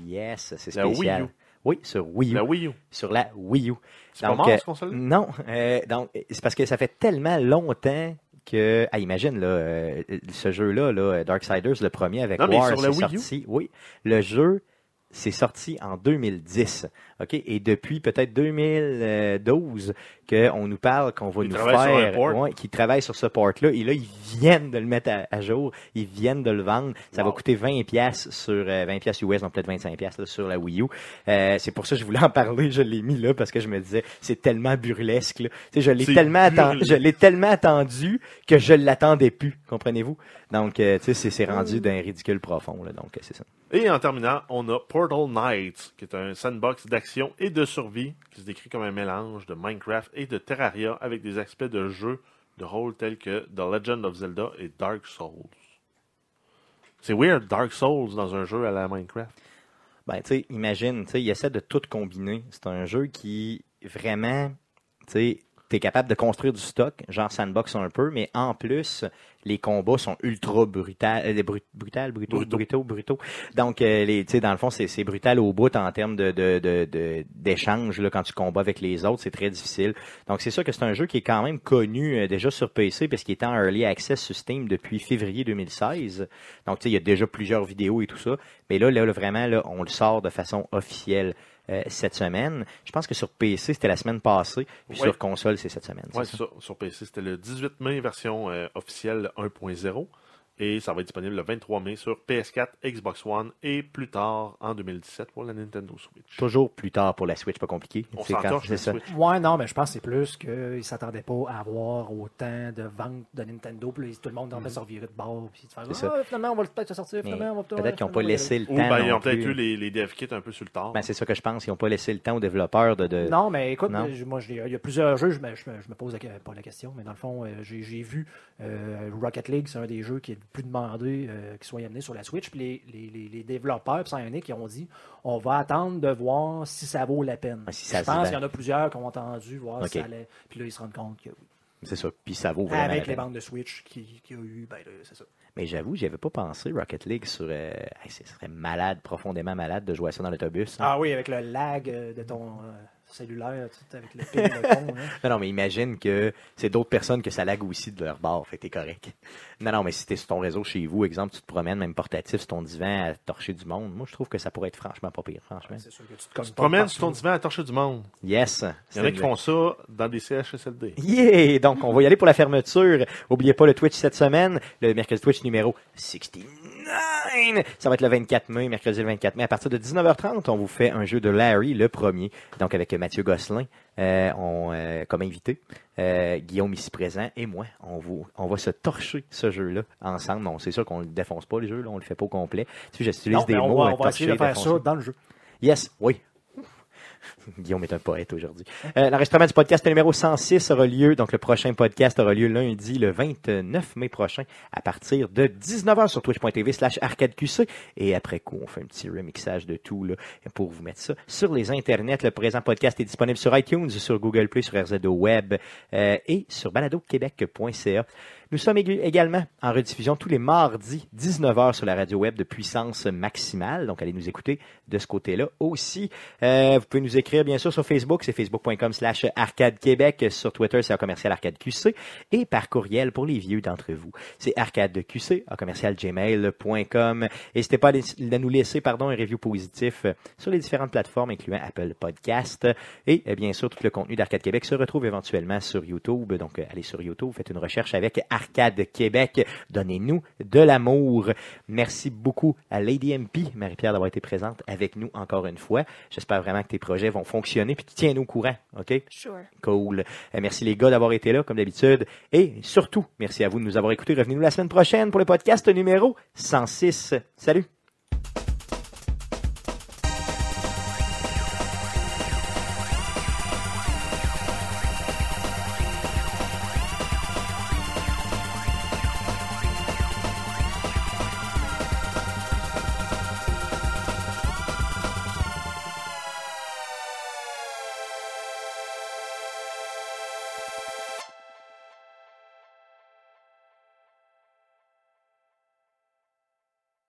Yes, c'est La Wii spécial. U. Oui, sur Wii U. La Wii U. Sur la Wii U. C'est pas Donc, mort, euh, cette console Non, euh, donc c'est parce que ça fait tellement longtemps que, ah, imagine là, euh, ce jeu-là, là, euh, Darksiders, le premier avec Non, mais War, sur la c'est Wii U? sorti. Oui, le jeu, c'est sorti en 2010, ok, et depuis peut-être 2012 qu'on nous parle qu'on va Ils nous travaillent sur un faire, port. ouais, qu'ils travaillent sur ce port-là, et là ils viennent de le mettre à, à jour, ils viennent de le vendre, ça Wow. va coûter 20 pièces sur euh, 20 pièces US, donc peut-être 25 pièces sur la Wii U. Euh, c'est pour ça que je voulais en parler, je l'ai mis là parce que je me disais c'est tellement burlesque. Là. Tu sais, je l'ai C'est tellement attendu, burlesque. je l'ai tellement attendu que je l'attendais plus, comprenez-vous Donc euh, tu sais c'est- c'est rendu d'un ridicule profond là, donc euh, c'est ça. Et en terminant, on a Portal Knights, qui est un sandbox d'action et de survie, qui se décrit comme un mélange de Minecraft et de Terraria avec des aspects de jeu de rôle tels que The Legend of Zelda et Dark Souls. C'est weird, Dark Souls dans un jeu à la Minecraft. Ben, tu sais, imagine, tu sais, il essaie de tout combiner. C'est un jeu qui, vraiment, tu sais, t'es capable de construire du stock, genre sandbox un peu, mais en plus, les combats sont ultra brutal, euh, brut- brutal, brutaux, Brutaux. brutaux, brutaux. Donc, euh, les, tu sais, dans le fond, c'est c'est brutal au bout en termes de de- de- de- d'échange, là, quand tu combats avec les autres, c'est très difficile. Donc, c'est sûr que c'est un jeu qui est quand même connu euh, déjà sur PC, parce qu'il est en early access sur Steam depuis février 2016. Donc, tu sais, il y a déjà plusieurs vidéos et tout ça. Mais là, là, là, vraiment, là, on le sort de façon officielle euh, cette semaine. Je pense que sur PC, c'était la semaine passée. Puis Ouais. sur console, c'est cette semaine. Ouais, c'est c'est ça. Sur PC, c'était le 18 mai, version euh, officielle 1.0. Et ça va être disponible le 23 mai sur PS4, Xbox One et plus tard en 2017 pour la Nintendo Switch. Toujours plus tard pour la Switch, pas compliqué. On C'est quand- s'entorche c'est la ça. Switch. Ouais, non, mais je pense que c'est plus qu'ils ne s'attendaient pas à avoir autant de ventes de Nintendo. Puis là, tout le monde en fait se revirer de bord. Puis de faire, Mhm. C'est ça. ah, finalement, on va peut-être se sortir. Mais Finalement, on va Peut-être qu'ils n'ont finalement, pas on va y laissé le temps. Ou ben, ils non ont peut-être plus. eu les, les dev kits un peu sur le tard. Ben, c'est ça que je pense. Ils n'ont pas laissé le temps aux développeurs de. de- aller. Non, mais écoute, Non. je- moi, j'ai- il y a plusieurs jeux, je me, je me- je me pose la, pas la question, mais dans le fond, euh, j'ai j'ai vu euh, Rocket League, c'est un des jeux qui est le plus demandé euh, qui soit amené sur la Switch. Puis les, les, les, les développeurs, puis c'en est un qui ont dit on va attendre de voir si ça vaut la peine. Ah, si ça je se pense vend. qu'il y en a plusieurs qui ont entendu voir si Ok. ça allait. Puis là, ils se rendent compte que oui. C'est ça. Puis ça vaut vraiment. la Avec les peine. bandes de Switch qu'il y a eu, ben là, c'est ça. Mais j'avoue, j'avais pas pensé Rocket League sur. euh, hey, ce serait malade, profondément malade de jouer à ça dans l'autobus. hein. Ah oui, avec le lag euh, de ton euh, cellulaire, tout avec le ping de (laughs) ton. hein. Non, non, mais imagine que c'est d'autres personnes que ça lag aussi de leur bord. Fait que t'es correct. (laughs) Non, non, mais si t'es sur ton réseau chez vous, exemple, tu te promènes, même portatif, sur ton divan à torcher du monde, moi, je trouve que ça pourrait être franchement pas pire, franchement. C'est sûr que tu te cognes Tu te promènes sur ton divan à torcher du monde. Yes! Il y en a qui font ça dans des CHSLD. Yeah! Donc, on va y aller pour la fermeture. Oubliez pas le Twitch cette semaine, le mercredi Twitch numéro 69! Ça va être le 24 mai, mercredi le 24 mai. À partir de 19h30, on vous fait un jeu de Larry, le premier, donc avec Mathieu Gosselin euh, on, euh, comme invité. Euh, Guillaume ici présent et moi, on, vous, on va se torcher ce jeu-là ensemble. Bon, c'est sûr qu'on ne le défonce pas, le jeu, là, on le fait pas au complet. Tu sais, j'utilise Non, des mais on mots va, euh, on va essayer de torcher, faire ça défoncer. dans le jeu. Yes, oui. (laughs) Guillaume est un poète aujourd'hui. Euh, L'enregistrement du podcast numéro 106 aura lieu, donc le prochain podcast aura lieu lundi le 29 mai prochain à partir de 19h sur twitch.tv slash arcadeqc. Et après coup, on fait un petit remixage de tout là, pour vous mettre ça sur les internets. Le présent podcast est disponible sur iTunes, sur Google Play, sur RZO Web euh, et sur baladoquebec.ca. Nous sommes ég- également en rediffusion tous les mardis 19h sur la radio web de puissance maximale. Donc allez nous écouter de ce côté-là aussi. Euh, vous pouvez nous écrire bien sûr sur Facebook, c'est facebook.com slash arcade québec. Sur Twitter, c'est un commercial arcade QC. Et par courriel pour les vieux d'entre vous, c'est arcadeqc à commercial gmail.com. N'hésitez pas à laiss- à nous laisser pardon, un review positif euh, sur les différentes plateformes, incluant Apple Podcast. Et euh, bien sûr, tout le contenu d'Arcade Québec se retrouve éventuellement sur YouTube. Donc, euh, allez sur YouTube, faites une recherche avec Arcade Québec. Donnez-nous de l'amour. Merci beaucoup à Lady MP, Marie-Pierre, d'avoir été présente avec nous encore une fois. J'espère vraiment que tes projets vont fonctionner. Puis tiens-nous au courant, OK? Sure. Cool. Euh, merci les gars d'avoir été là, comme d'habitude. Et surtout, merci à vous de nous avoir écoutés. Revenez-nous la semaine prochaine pour le podcast numéro 106. Salut!